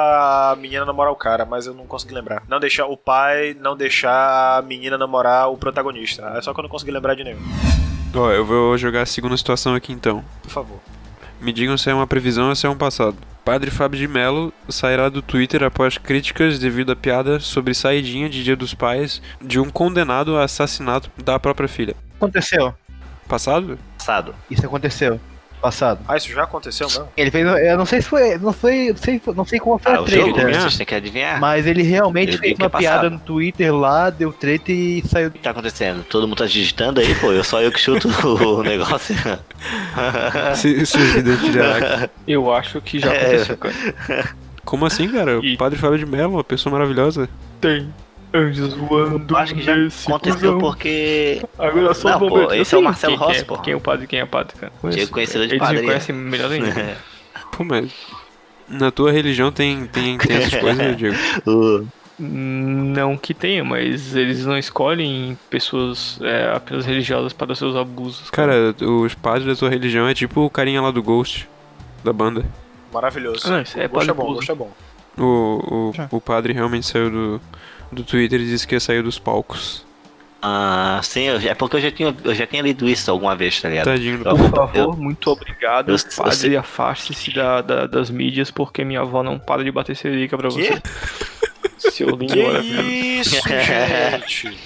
a menina namorar o cara, mas eu não consegui lembrar. Não deixar o pai não deixar a menina namorar o protagonista. É só que eu não consegui lembrar de nenhum. Ó, eu vou jogar a segunda situação aqui então. Por favor. Me digam se é uma previsão ou se é um passado. Padre Fábio de Mello sairá do Twitter após críticas devido à piada sobre saidinha de Dia dos Pais de um condenado a assassinato da própria filha. Aconteceu. Passado? Passado. Isso aconteceu. Passado. Ah, isso já aconteceu mesmo? Ele fez. Eu não sei se foi. Não foi. Não sei, não sei qual foi Ah, a o jogo, né? treta. vocês têm que adivinhar. Mas ele realmente Ele fez diz que é uma piada passado. no Twitter lá, deu treta e saiu. O que tá acontecendo? Todo mundo tá digitando aí, pô. Eu só eu que chuto o negócio. Se, se o vidente de Araque. Eu acho que É. já aconteceu, cara. Como assim, cara? E- O Padre Fábio de Mello, uma pessoa maravilhosa. Tem anjos voando. Eu acho que já nesse Aconteceu cuzão. porque Agora só Não, os bombeiros. pô, Eu esse é o sei Marcelo quem que Rossi, é, pô. Quem é o padre, quem é o padre, cara. Diego conhecido Eles de me padaria. conhecem melhor ainda. Pô, mas. Na tua religião tem, tem, tem essas coisas, Diego? O- Não que tenha, mas eles não escolhem pessoas é, apenas religiosas para os seus abusos. Cara, os padres da tua religião é tipo o carinha lá do Ghost, da banda. Maravilhoso. Ah, isso é Gosto padre bom, Buzo. gosto é bom. O, o, o padre realmente saiu do, do Twitter e disse que ia sair dos palcos. Ah, sim, eu já- é porque eu já, tinha, eu já tinha lido isso alguma vez, É, tá ligado? Tadinho do Eu- Por favor, muito obrigado. eu- padre, afaste-se da- da- das mídias porque minha avó não para de bater cerica pra Que? você. Seu lindo Que maravilhoso. isso, gente?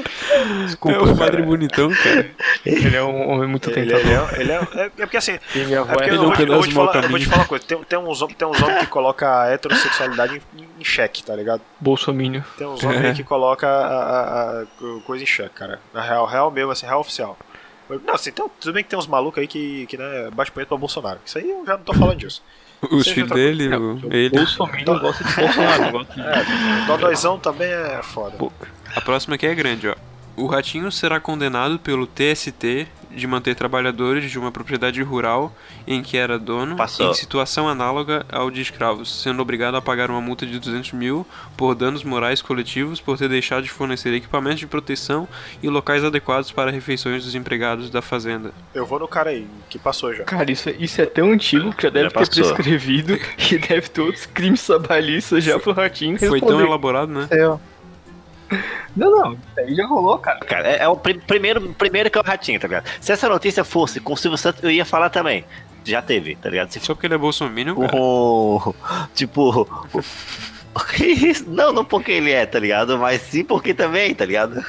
Desculpa, É o padre cara. bonitão, cara. Ele é um homem muito Ele, ele tentador. é, ele é, é, é porque assim, E minha é avó porque é eu vou, te, eu vou te pedaço mau falar, eu vou te caminho. falar uma coisa. Tem, tem uns homens tem uns homens que coloca a heterossexualidade em, em xeque, tá ligado? bolsominion. Tem uns homens aí que coloca a, a- a co- coisa em xeque, cara. Na real, real mesmo, assim, real oficial. Não, assim, tem, tudo bem que tem uns malucos aí que, que né, bate punheta pra Bolsonaro. Isso aí eu já não tô falando disso. Os Seja tá filhos dele, outra- o- ele. Bolsominion gosta de Bolsonaro, não gosta de Dodóizão também é foda. A próxima aqui é grande, ó. O ratinho será condenado pelo TST de manter trabalhadores de uma propriedade rural em que era dono Passou. em situação análoga ao de escravos, sendo obrigado a pagar uma multa de 200 mil por danos morais coletivos por ter deixado de fornecer equipamentos de proteção e locais adequados para refeições dos empregados da fazenda. Eu vou no cara aí, que passou já. Cara, isso, é- isso é tão antigo que já deve ter passou. prescrevido e deve ter outros crimes trabalhistas já pro Ratinho Foi responder. tão elaborado, né? Saiu. Não, não, isso aí já rolou, cara. Cara, é, é o pri- primeiro, primeiro que é o ratinho, tá ligado? Se essa notícia fosse com o Silvio Santos, eu ia falar também. Já teve, tá ligado? Se Só porque ele é bolsominion, Uhum. cara. O- Tipo. o- não, não porque ele é, tá ligado? Mas sim porque também, tá ligado?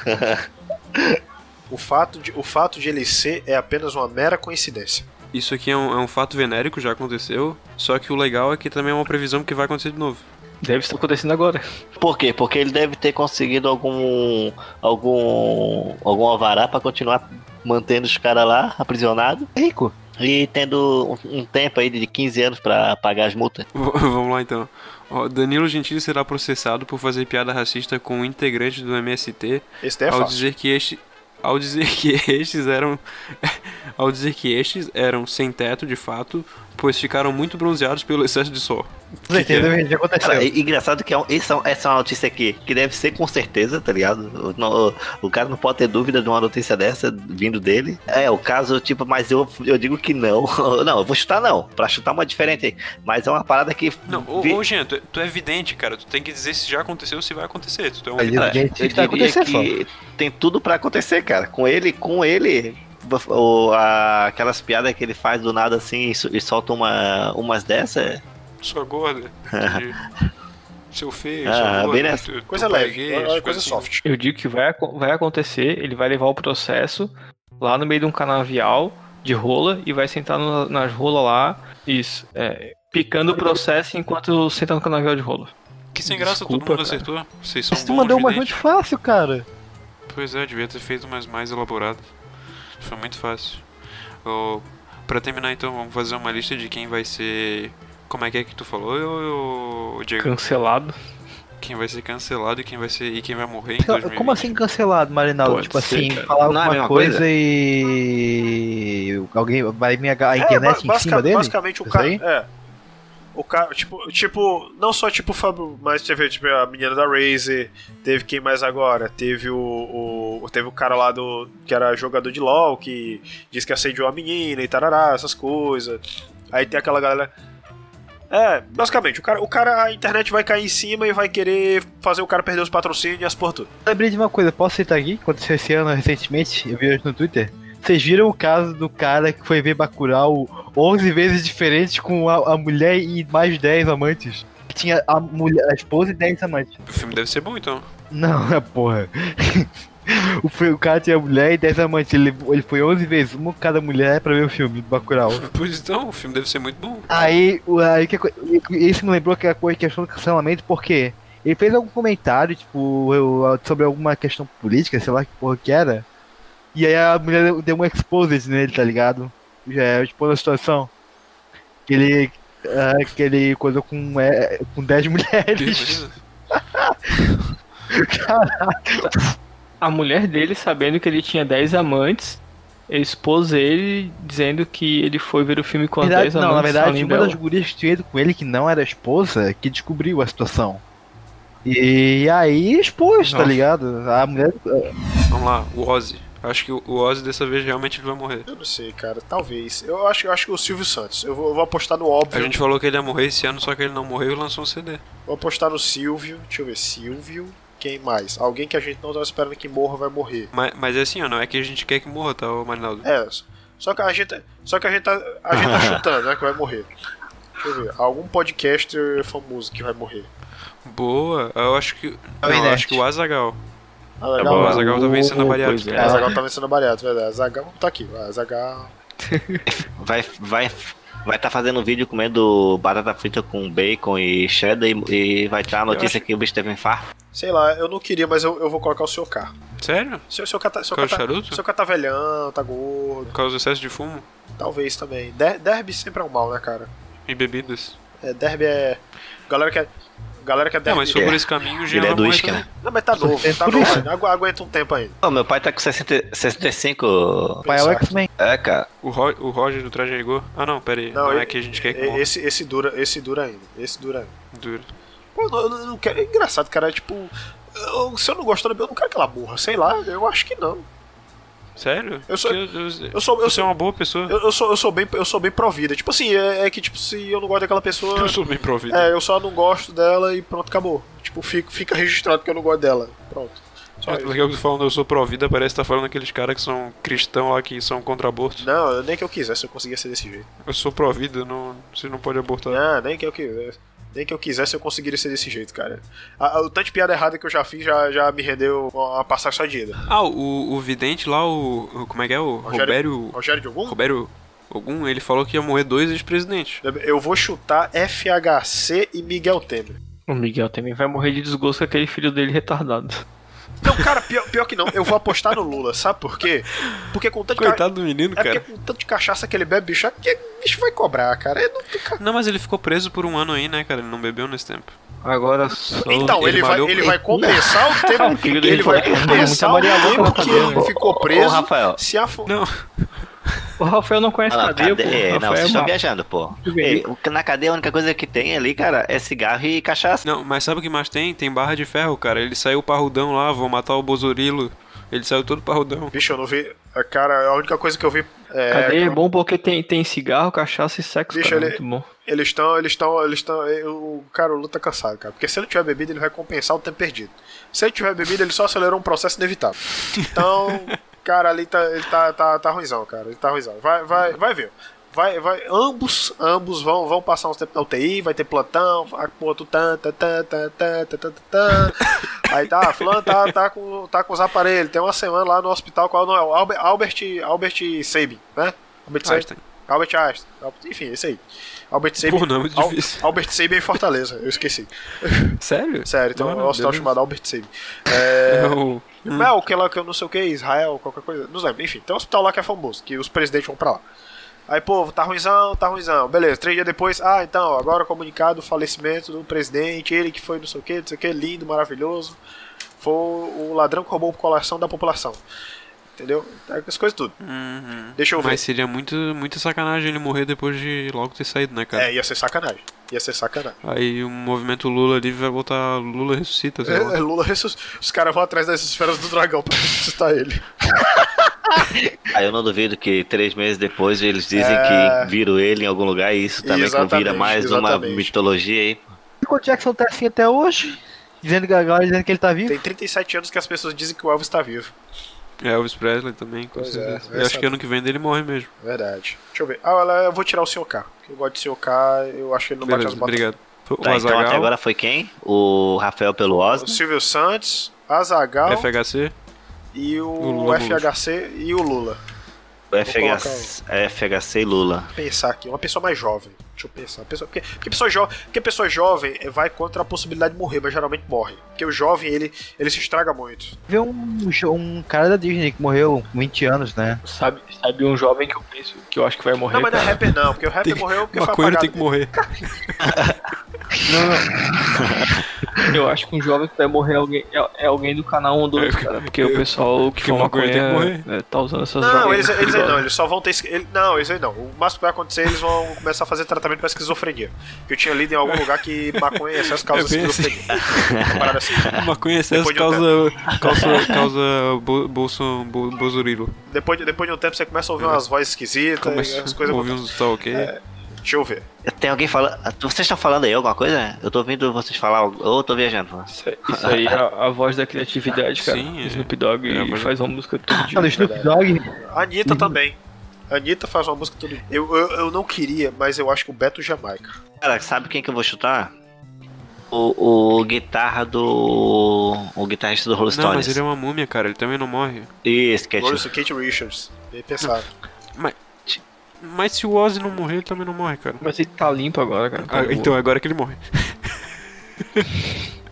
O fato, de, o fato de ele ser é apenas uma mera coincidência. Isso aqui é um, é um fato venérico, já aconteceu. Só que o legal é que também é uma previsão que vai acontecer de novo. Deve estar acontecendo agora. Por quê? Porque ele deve ter conseguido algum. algum. algum alvará pra continuar mantendo os caras lá, aprisionados. É Rico. E tendo um, um tempo aí de 15 anos pra pagar as multas. V- Vamos lá então. Ó, Danilo Gentili será processado por fazer piada racista com um integrante do MST Esse daí é ao fácil. dizer que este ao dizer que estes eram ao dizer que estes eram sem teto de fato, pois ficaram muito bronzeados pelo excesso de sol. Com certeza já aconteceu. Cara, é engraçado que é um- essa, essa é uma notícia aqui, que deve ser com certeza, tá ligado? O- não- o, o cara não pode ter dúvida de uma notícia dessa vindo dele. É, o caso, tipo, mas eu, eu digo que não. Não, eu vou chutar não, pra chutar uma diferente aí. Mas é uma parada que. Não, ô, vi- ô Jean, tu, é- tu é evidente, cara. Tu tem que dizer se já aconteceu ou se vai acontecer. Tu é um Aí, cara, gente, eu isso tá diria acontecendo, que tem tudo pra acontecer, cara. Com ele, com ele. o- a- aquelas piadas que ele faz do nada assim e, su- e solta uma, umas dessas. sua gorda. Seu feio, Ah, sua gorda, bem nessa- tu- tu Coisa pai leve, gay, olha, essas coisa coisas assim. soft. Eu digo que vai, acon- vai acontecer, ele vai levar o processo lá no meio de um canavial de rola e vai sentar no- nas rolas lá, isso, é, picando o processo enquanto senta no canavial de rola. Que sem graça, Desculpa, todo mundo cara. acertou. Vocês são Mas tu bons, mandou uma vidente. muito fácil, cara. Pois é, devia ter feito umas mais elaboradas. Foi muito fácil. Ô, pra terminar, então, vamos fazer uma lista de quem vai ser. Como é que é que tu falou, ô, ô, Diego? Cancelado. Quem vai ser cancelado e quem vai ser. e quem vai morrer em Então, 2020. Como assim cancelado, Marinaldo? Pode tipo ser, assim, cara. falar Não é a alguma mesma coisa, coisa? e. Alguém vai me agarrar a É, ba- internet em basica- cima dele? É, Basicamente o Isso cara. aí? É. O cara, tipo, tipo, não só tipo o Fábio, mas teve tipo, a menina da Razer, teve quem mais agora? Teve o, o- Teve o cara lá do. que era jogador de LOL, que disse que assediou a menina e tarará, essas coisas. Aí tem aquela galera. É, basicamente, o cara, o cara, a internet vai cair em cima e vai querer fazer o cara perder os patrocínios e as porra tudo. Lembrei de uma coisa, posso citar aqui? Aconteceu esse ano recentemente, eu vi hoje no Twitter. Vocês viram o caso do cara que foi ver Bacurau 11 vezes diferente com a, a mulher e mais 10 amantes? Que tinha a, mulher, a esposa e 10 amantes. O filme deve ser bom então. Não, é porra. o, fi- o cara tinha mulher e 10 amantes. Ele, ele foi 11 vezes, uma com cada mulher pra ver o filme do Bacurau. Pois então, o filme deve ser muito bom. Aí, o- aí que, esse me lembrou que a coisa questão do cancelamento, porque ele fez algum comentário, tipo, eu- sobre alguma questão política, sei lá que porra que era. E aí a mulher deu um exposed nele, tá ligado? Já expondo a situação. Que ele. ah, que ele coisou com, é, com 10 mulheres. Imagina. A mulher dele, sabendo que ele tinha 10 amantes, expôs ele dizendo que ele foi ver o filme com Na as verdade- 10 amantes. não, na verdade, além uma dela. das gurias que tinha ido com ele, que não era esposa, é que descobriu a situação. E aí expôs, tá Nossa. ligado? A mulher. Vamos lá, o Ozzy. Acho que o o Ozzy dessa vez realmente ele vai morrer. Eu não sei, cara, talvez. Eu acho, eu acho que o Silvio Santos. Eu vou, eu vou apostar no A óbvio. gente falou que ele ia morrer esse ano, só que ele não morreu e lançou um CD. Vou apostar no Silvio. Deixa eu ver, Silvio. Quem mais? Alguém que a gente não tava esperando que morra vai morrer. Mas, mas é assim, ó, não é que a gente quer que morra, tá, ô Marinaldo? É, só que a gente, só que a gente tá, a gente tá chutando, né, que vai morrer. Deixa eu ver. Algum podcaster famoso que vai morrer. Boa, eu acho que. Não, Oi, eu Nerd. acho que o Azagal. Ah, bom, O legal. Azagal tá vencendo a Oh, bariátrica. pois é. Ah, Zagal tá vencendo bariado, verdade. Zagal tá aqui. Ah, Zagal. Vai vai vai tá fazendo um vídeo comendo batata frita com bacon e cheddar e, e vai estar a notícia que o bicho teve um infarto. Sei lá, eu não queria, mas eu, eu vou colocar o seu K. Sério? Seu, seu K tá. Seu Por causa K do tá, é charuto? seu K tá velhão, tá gordo. Por causa do excesso de fumo Talvez também. Der- derby sempre é um mal, né, cara? e bebidas. É, derby é. Galera que é. Galera que é É, derby. mas se for por esse caminho, o Jean Ele é vai do morrer uísque, também. né? Não, mas tá novo, tá por novo. isso. ainda. Agu- Aguenta um tempo ainda. Ô, meu pai tá com 60, 65. Pai, é o Pensar. X-Men. É, cara. O, Ro- o Roger do Traje Rigor. Ah, não, pera aí. Não, Não, é e- que a gente quer que E- morra. Esse, esse dura, esse dura ainda. Esse dura ainda. Duro. Pô, eu não, eu não quero. É engraçado, cara. É tipo. eu- se eu não gostar da minha, eu não quero que ela morra. Sei lá, eu acho que não. Sério? Eu sou- Que eu, eu- Eu sou. Eu você é sou uma boa pessoa. eu, eu sou, eu sou bem, eu sou bem provida. Tipo assim, é, é que tipo, se eu não gosto daquela pessoa, Eu sou bem provido. é, eu só não gosto dela e pronto, acabou. Tipo, fica, fica registrado que eu não gosto dela. Pronto. Só É isso. legal que tu falando eu sou pró-vida, parece que tá falando aqueles caras que são cristão lá, que são contra aborto. Não, nem que eu quisesse eu conseguia ser desse jeito. Eu sou pró-vida, não, você não pode abortar. Ah, nem que eu quisesse. Nem que eu quisesse eu conseguiria ser desse jeito, cara. A- a- o tanto de piada errada que eu já fiz já, já me rendeu uma passagem só de ida. Ah, o, o vidente lá, o, o- Como é que é? O Robério. Rogério de algum? Robério Ogum, ele falou que ia morrer dois ex-presidentes. Eu vou chutar FHC e Miguel Temer. O Miguel também vai morrer de desgosto com aquele filho dele retardado. Não, cara, pior, pior que não. Eu vou apostar no Lula, sabe por quê? Porque com tanto de ca- Coitado do menino, É cara. porque com tanto de cachaça que ele bebe, bicho, é que o bicho vai cobrar, cara. É, não tem ca- Não, mas ele ficou preso por um ano aí, né, cara? Ele não bebeu nesse tempo. Agora só. Então, ele, ele vai, malhou- ele vai compensar o O tempo. filho dele ele vai falou que compensar o muita Maria tempo Louca que na cadeia. ele ficou né?" Ô, preso. Rafael. Se afo... Não, O Rafael não conhece Ah, não, cadeia, pô. cade- é, O não, vocês Rafael é estão uma- viajando, pô. juvenil. Ei, o- na cadeia a única coisa que tem ali, cara, é cigarro e cachaça. não, mas sabe o que mais tem? Tem barra de ferro, cara. Ele saiu parrudão lá, vou matar o Bozorilo. Ele saiu todo parrudão. Bicho, eu não vi. Cara, a única coisa que eu vi. É, Cadeia é bom porque tem, tem cigarro, cachaça e sexo, Deixa cara. ele- Muito bom. Eles estão, eles estão, eles estão. O cara, o Lu tá cansado, cara. Porque se ele tiver bebida, ele vai compensar o tempo perdido. Se ele tiver bebida, ele só acelerou um processo inevitável. Então, cara, ali tá, ele tá, tá, tá ruimzão, cara. Ele tá ruimzão. Vai, vai, vai ver. Vai, vai. Ambos, ambos vão, vão passar uns tempos na UTI, vai ter plantão, a porra, tu tan, tan, tan, tan, tan, tan, tan, tan. Aí tá, fulano tá, tá, com, tá com os aparelhos. Tem uma semana lá no hospital, qual não é? O Albert, Albert, Albert Sabin, né? Albert Sabin. Einstein. Albert Einstein. Albert- Enfim, esse aí. Albert Sabin. Pô, não, é muito Al- difícil. Albert Sabin em Fortaleza, eu esqueci. Sério? Sério, tem Não, um não, hospital beleza. chamado Albert Sabin. É. Não. Não é o que lá que eu não sei o que, Israel, qualquer coisa. Não lembro. Enfim, tem um hospital lá que é famoso, que os presidentes vão pra lá. Aí, pô, tá ruimzão, tá ruimzão. Beleza, três dias depois, ah, então, agora comunicado o falecimento do presidente, ele que foi não sei o que, não sei o que, lindo, maravilhoso. Foi o ladrão que roubou o coração da população. Entendeu? As coisas tudo. Uhum. Deixa eu ver. Mas seria muito, muita sacanagem ele morrer depois de logo ter saído, né, cara? É, ia ser sacanagem. Ia ser sacanagem. Aí o movimento Lula ali vai voltar Lula ressuscita, sei É, lá. é, Lula ressus... Os caras vão atrás das esferas do dragão pra ressuscitar ele. Aí eu não duvido que três meses depois eles dizem É. que viram ele em algum lugar e isso também convira Exatamente, mais exatamente. uma mitologia aí. Michael Jackson tá assim até hoje, dizendo que a galera dizendo que ele tá vivo. Tem 37 anos que as pessoas dizem que o Elvis tá vivo. É Elvis Presley também, com Pois é, certeza. vai eu acho saber. que ano que vem dele morre mesmo. Verdade. Deixa eu ver. Ah, olha, eu vou tirar o Sr. K. porque Eu gosto de Sr. K, eu acho que ele não Beleza, bate as botas. obrigado. O Tá, então Azagal, até agora foi quem? O Rafael pelo O Osmo. Silvio Santos, Azagal FHC, e o, o Lula FHC e o Lula. O FHC, FHC e Lula. Pensar aqui, uma pessoa mais jovem. Deixa eu pensar. Pessoa, porque, porque, pessoa jo, porque pessoa jovem eh, vai contra a possibilidade de morrer, mas geralmente morre. Porque o jovem, ele, ele se estraga muito. Teve um, jo- um cara da Disney que morreu com 20 anos, né? Sabe, sabe um jovem que eu penso que eu acho que vai morrer? Não, mas não é cara? rapper não, porque o rapper Tem- morreu porque foi maconheiro apagado. tem que morrer. Eu acho que um jovem que vai morrer é alguém, é, é alguém do canal 1 2, cara. Porque o pessoal que É, que for maconha maconha tem que é, tá usando essas Não, drogas eles, eles é aí perigosas. não, eles só vão ter. esqui- ele- não, eles aí não. O máximo que vai acontecer, é eles vão começar a fazer tratamento pra esquizofrenia. Eu tinha lido em algum lugar que maconha e excesso causa É bem assim. esquizofrenia. Uma parada assim. Maconha em excesso Depois de um é causa, causa, causa bo, bolso, bo, bozurilo. Depois, de- depois de um tempo, você começa a ouvir umas vozes esquisitas, e Começa Tá as coisas É. a vão. ouvir uns tá ok. Deixa eu ver. Tem alguém falando. Vocês estão falando aí alguma coisa? Eu tô ouvindo vocês falar. algo- Ou eu tô viajando. Isso, isso aí é a, a voz da criatividade, cara. Sim, é. o Snoop Dogg É, mas- faz uma música todo dia. Cara, o Snoop Dogg. A Uhum. Anitta também. A Anitta faz uma música tudo. Eu, eu, eu não queria, mas eu acho que o Beto Jamaica. Cara, sabe quem que eu vou chutar? O, o guitarra do. O guitarrista do Rolling Não, mas Stones. ele é uma múmia, cara, ele também não morre. Isso, que é Olha isso, Kate Richards. É Bem pensado. Mas se o Ozzy não morrer, ele também não morre, cara. Mas ele tá limpo agora, cara. Ah, então agora que ele morre. tipo,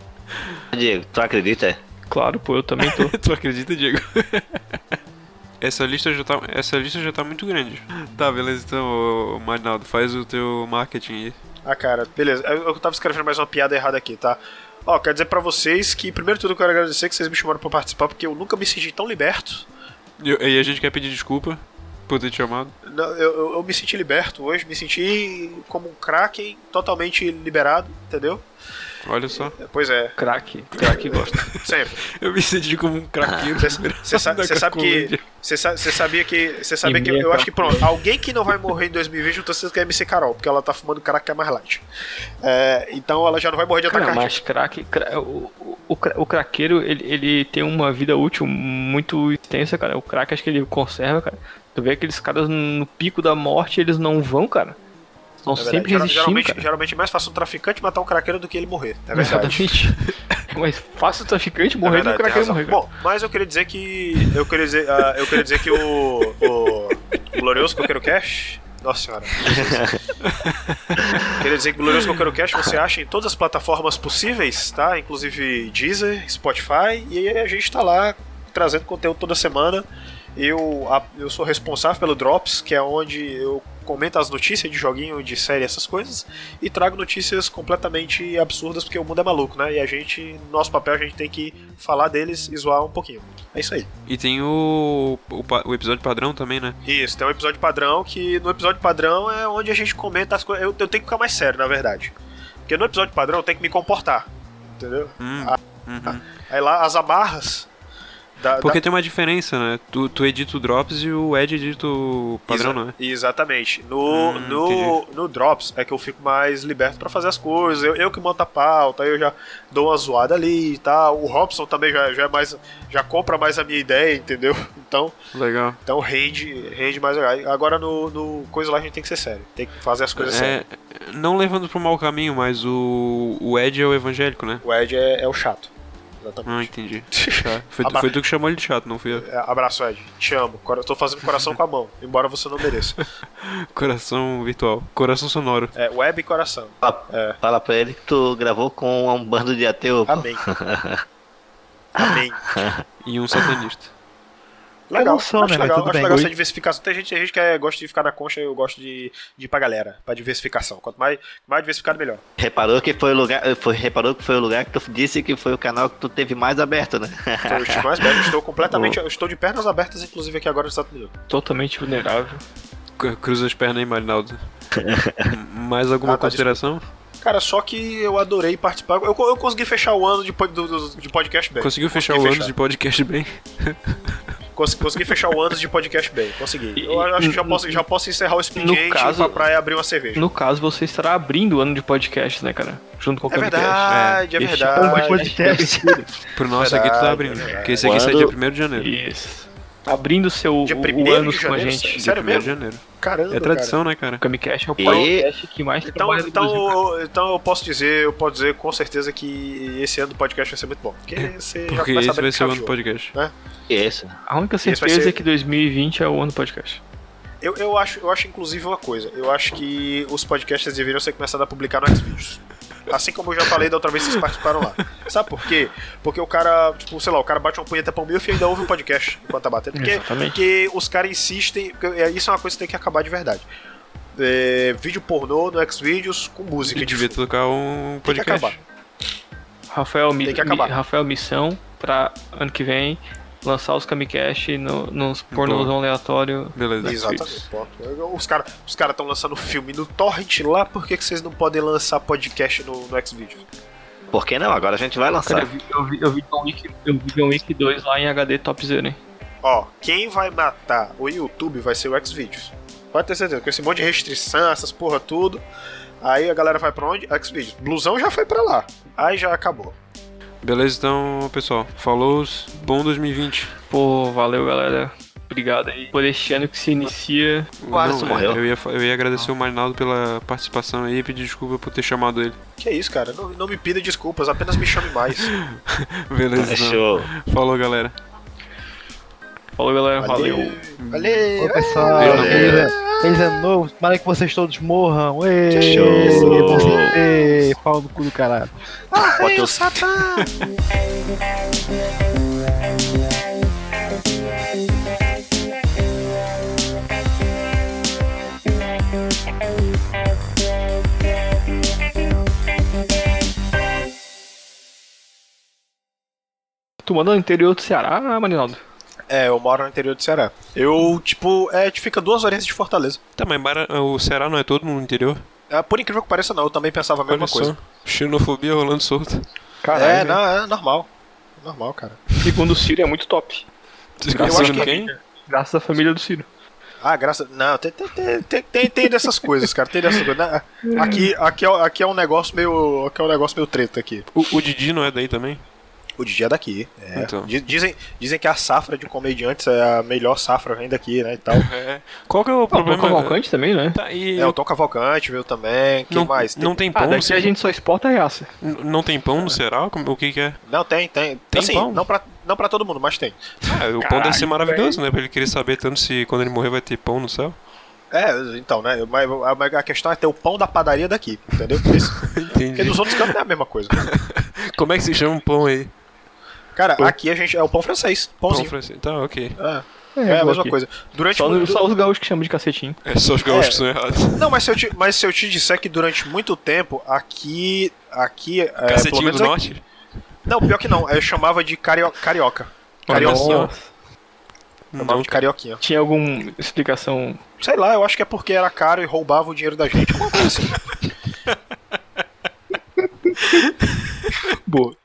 Diego, tu acredita? Claro, pô, eu também tô. tu acredita, Diego? Essa lista, já tá, essa lista já tá muito grande. Tá, beleza, então, ô, Marinaldo, faz o teu marketing aí. Ah, cara, beleza. Eu, eu tava escrevendo mais uma piada errada aqui, tá? Ó, quero dizer pra vocês que, primeiro de tudo, eu quero agradecer que vocês me chamaram pra participar, porque eu nunca me senti tão liberto. E, e a gente quer pedir desculpa por ter te chamado. Não, Eu, eu, eu me senti liberto hoje, me senti como um kraken totalmente liberado, entendeu? Olha só. Pois é, Crack, crack gosta. sempre. Eu me senti como um craqueiro. Você sa Da cê sabe que. Cracolândia. Você sa cê sabia que. Você sabia E que. minha tá. Eu acho que pronto. Alguém que não vai morrer em 2020, eu tô certeza que é a MC Carol, porque ela tá fumando crack que é mais light. É, então ela já não vai morrer de ataque Cara, cardíaco. mas crack, cra- o, o, o cra- o craqueiro, ele, ele tem uma vida útil muito extensa, cara. O crack acho que ele conserva, cara. Tu vê aqueles caras no pico da morte, eles não vão, cara. Estão na É verdade. sempre Geral- resistindo, geralmente, cara. geralmente é mais fácil um traficante matar um craqueiro do que ele morrer. É verdade. Exatamente. Mas fácil o traficante morrer é do que o verdade, craqueiro tem morrer, razão. cara. Bom, mas eu queria dizer que. Eu queria dizer, ah, eu queria dizer que o. O Glorioso Coqueiro Cash. Nossa senhora. queria dizer que o Glorioso Coqueiro Cash você acha em todas as plataformas possíveis, tá? Inclusive Deezer, Spotify. E a gente tá lá trazendo conteúdo toda semana. Eu, a- eu sou responsável pelo Drops, que é onde eu comento as notícias de joguinho, de série, essas coisas, e trago notícias completamente absurdas, porque o mundo é maluco, né? E a gente, nosso papel, a gente tem que falar deles e zoar um pouquinho. É isso aí. E tem o, o, pa- o episódio padrão também, né? Isso, tem um episódio padrão que no episódio padrão é onde a gente comenta as coisas. Eu, eu tenho que ficar mais sério, na verdade. Porque no episódio padrão eu tenho que me comportar. Entendeu? Hum. Ah. Uhum. Aí lá as amarras. Da, da- Porque tem uma diferença, né? Tu, tu edita o Drops e o Ed edita o padrão, Exa- não é? Exatamente. No, Hum, no, no Drops é que eu fico mais liberto pra fazer as coisas. Eu, eu que monto a pauta, eu já dou uma zoada ali e tal. O Robson também já, já é mais. já compra mais a minha ideia, entendeu? Então, Legal. então rende, rende mais. Agora no, no coisa lá a gente tem que ser sério. Tem que fazer as coisas sérias. É, não levando pro mau caminho, mas o, o Ed é o evangélico, né? O Ed é, é o chato. Exatamente. Ah, entendi. Tá. Foi, tu, Aba- foi tu que chamou ele de chato, não fui eu. É, Abraço, Ed. Te amo. Cora- Tô fazendo coração com a mão, embora você não mereça. Coração virtual. Coração sonoro. É, web e coração. Fala, É. fala pra ele que tu gravou com um bando de ateu. pô. Amém. Amém. E um satanista. Legal, Emoção, acho né, mas legal, tudo acho bem. legal Oi. essa diversificação. Tem gente, tem gente que é- gosta de ficar na concha, eu gosto de, de ir pra galera, pra diversificação. Quanto mais, mais diversificado, melhor. Reparou que foi o lugar. Foi, reparou que foi o lugar que tu disse que foi o canal que tu teve mais aberto, né? Então, eu estou mais perto, eu estou completamente. Eu estou de pernas abertas, inclusive, aqui agora no Santo Minuto. Totalmente vulnerável. C- Cruza as pernas aí, Marinaldo. M- Mais alguma Ah, tá, consideração? Cara, só que eu adorei participar. Eu, eu consegui fechar o ano de, pod- do- do- de podcast bem. Conseguiu fechar Consegui o ano de podcast bem? Cons- consegui fechar o ano de podcast bem. Consegui. Eu acho que já posso, já posso encerrar o No expediente caso- pra praia abrir uma cerveja. No caso, você estará abrindo o ano de podcast, né, cara? Junto com o É Camicast. verdade, é, Este verdade. Um podcast. Pro nosso aqui tu tá abrindo. Porque esse aqui sai dia 1 de janeiro. Isso. Abrindo seu Dia o- 1º o ano de com a janeiro, gente. sim. Dia Sério 1 mesmo? de janeiro. Caramba, É tradição, né, cara? O Camicast é o E- podcast que mais Então, trabalha no Brasil. então, então eu posso dizer, eu posso dizer com certeza que esse ano do podcast vai ser muito bom. Porque você já É, Porque começa a esse abrir vai ser o chave ano de do ouro. podcast. Isso. A única Esse vai certeza ser- é que 2020 é o ano do podcast. eu, eu, acho, eu acho inclusive uma coisa. Eu acho que os podcasts deveriam ser começados a publicar no Xvideos. Assim como eu já falei da outra vez que vocês participaram lá. Sabe por quê? Porque o cara, tipo, sei lá, o cara bate uma punheta pra um milf e ainda ouve um podcast enquanto tá batendo. Porque Exatamente. Porque os caras insistem. porque é- Isso é uma coisa que tem que acabar de verdade. É, vídeo pornô no Xvideos com música. Ele de devia fundo. tocar um Tem que podcast. acabar. Rafael, Mi- Tem que acabar. Mi- Rafael Missão pra ano que vem lançar os Camicast no, nos pornozão aleatório. Beleza. Exatamente. pronto. Os caras os cara estão lançando um filme no Torrent lá, por que, que vocês não podem lançar podcast no, no Xvideos? Por que não? Agora a gente vai Cara, eu lançar. vi, eu vi, eu vi John Wick, eu vi John Wick 2 lá em HD Top Zero, hein? Ó, quem vai matar o YouTube vai ser o Xvideos. Pode ter certeza, com esse monte de restrição, essas porra tudo. Aí a galera vai pra onde? Xvideos. Blusão já foi pra lá. Aí já acabou. Beleza, então, pessoal. Falou, bom 2020. Pô, valeu, galera. Obrigado aí por este ano que se inicia. O Alisson Não, é, morreu. Eu ia, fa- eu ia agradecer o Marinaldo pela participação aí e pedir desculpa por ter chamado ele. Que é isso, cara. Não, não me pida desculpas, apenas me chame mais. É Beleza, então. É Show. Falou, galera. Falou, galera. valeu. Hum. Valeu. Ô, pessoal, Valeu. feliz, ano- feliz ano novo. Tomara que vocês todos morram. Ei, Show. Ei, pau no cu do caralho. Bota o Tu manda no interior do Ceará, Marinaldo? É, eu moro no interior do Ceará. Eu, tipo, é, fica duas horinhas de Fortaleza. Tá, mas Mara- o Ceará não é todo no interior? Ah, por incrível que pareça, não. Eu também pensava a mesma Olha só. coisa. Xenofobia rolando solta. É, Caralho. não, é normal. Normal, cara. Segundo o Ciro, é muito top. Desgraçado acho que- Tá quem? Graças à família do Ciro. Ah, graça. Não, tem, tem, tem, tem, tem, tem dessas coisas, cara. Tem dessas coisas. né? Aqui, aqui, é, aqui é um negócio meio. Aqui é um negócio meio treta aqui. O, o Didi não é daí também? O DJ é daqui. é. Então. Di- Dizem, dizem que a safra de comediantes é a melhor safra ainda aqui, né? E tal. É. Qual que é o Ah, o problema? Cavalcante também, né? Tá, e É, o Tom Cavalcante veio também. Quem não, mais? Tem- não tem Ah, pão? daqui se- a gente É. só exporta é a reaça. n- Não tem pão no Ceará? Como- O que que é? Não, tem, tem. Tem assim, pão? não pra, não pra todo mundo, mas tem. Ah, o pão Caralho, deve ser maravilhoso, né? Pra ele querer saber tanto se quando ele morrer vai ter pão no céu. É, então, né? Mas mas a questão é ter o pão da padaria daqui, entendeu? Isso. Porque Entendi. nos outros campos é a mesma coisa. Como é que se chama um pão aí? Cara, Pão. aqui a gente é o pão francês, Pão pãozinho. francês. Tá, ok. É, é a mesma aqui. coisa. Durante Só, muito... só os gaúchos que chamam de cacetinho. É só os gaúchos É. que são errados. Não, mas se, eu te, mas se eu te disser que durante muito tempo aqui aqui é, pelo Cacetinho menos do aqui, Norte? Não, pior que não, eu chamava de cario, carioca. Carioquinha. Nossa. Chamava Não. de carioquinha. Tinha alguma explicação? Sei lá, eu acho que é porque era caro e roubava o dinheiro da gente. Alguma coisa assim. Boa.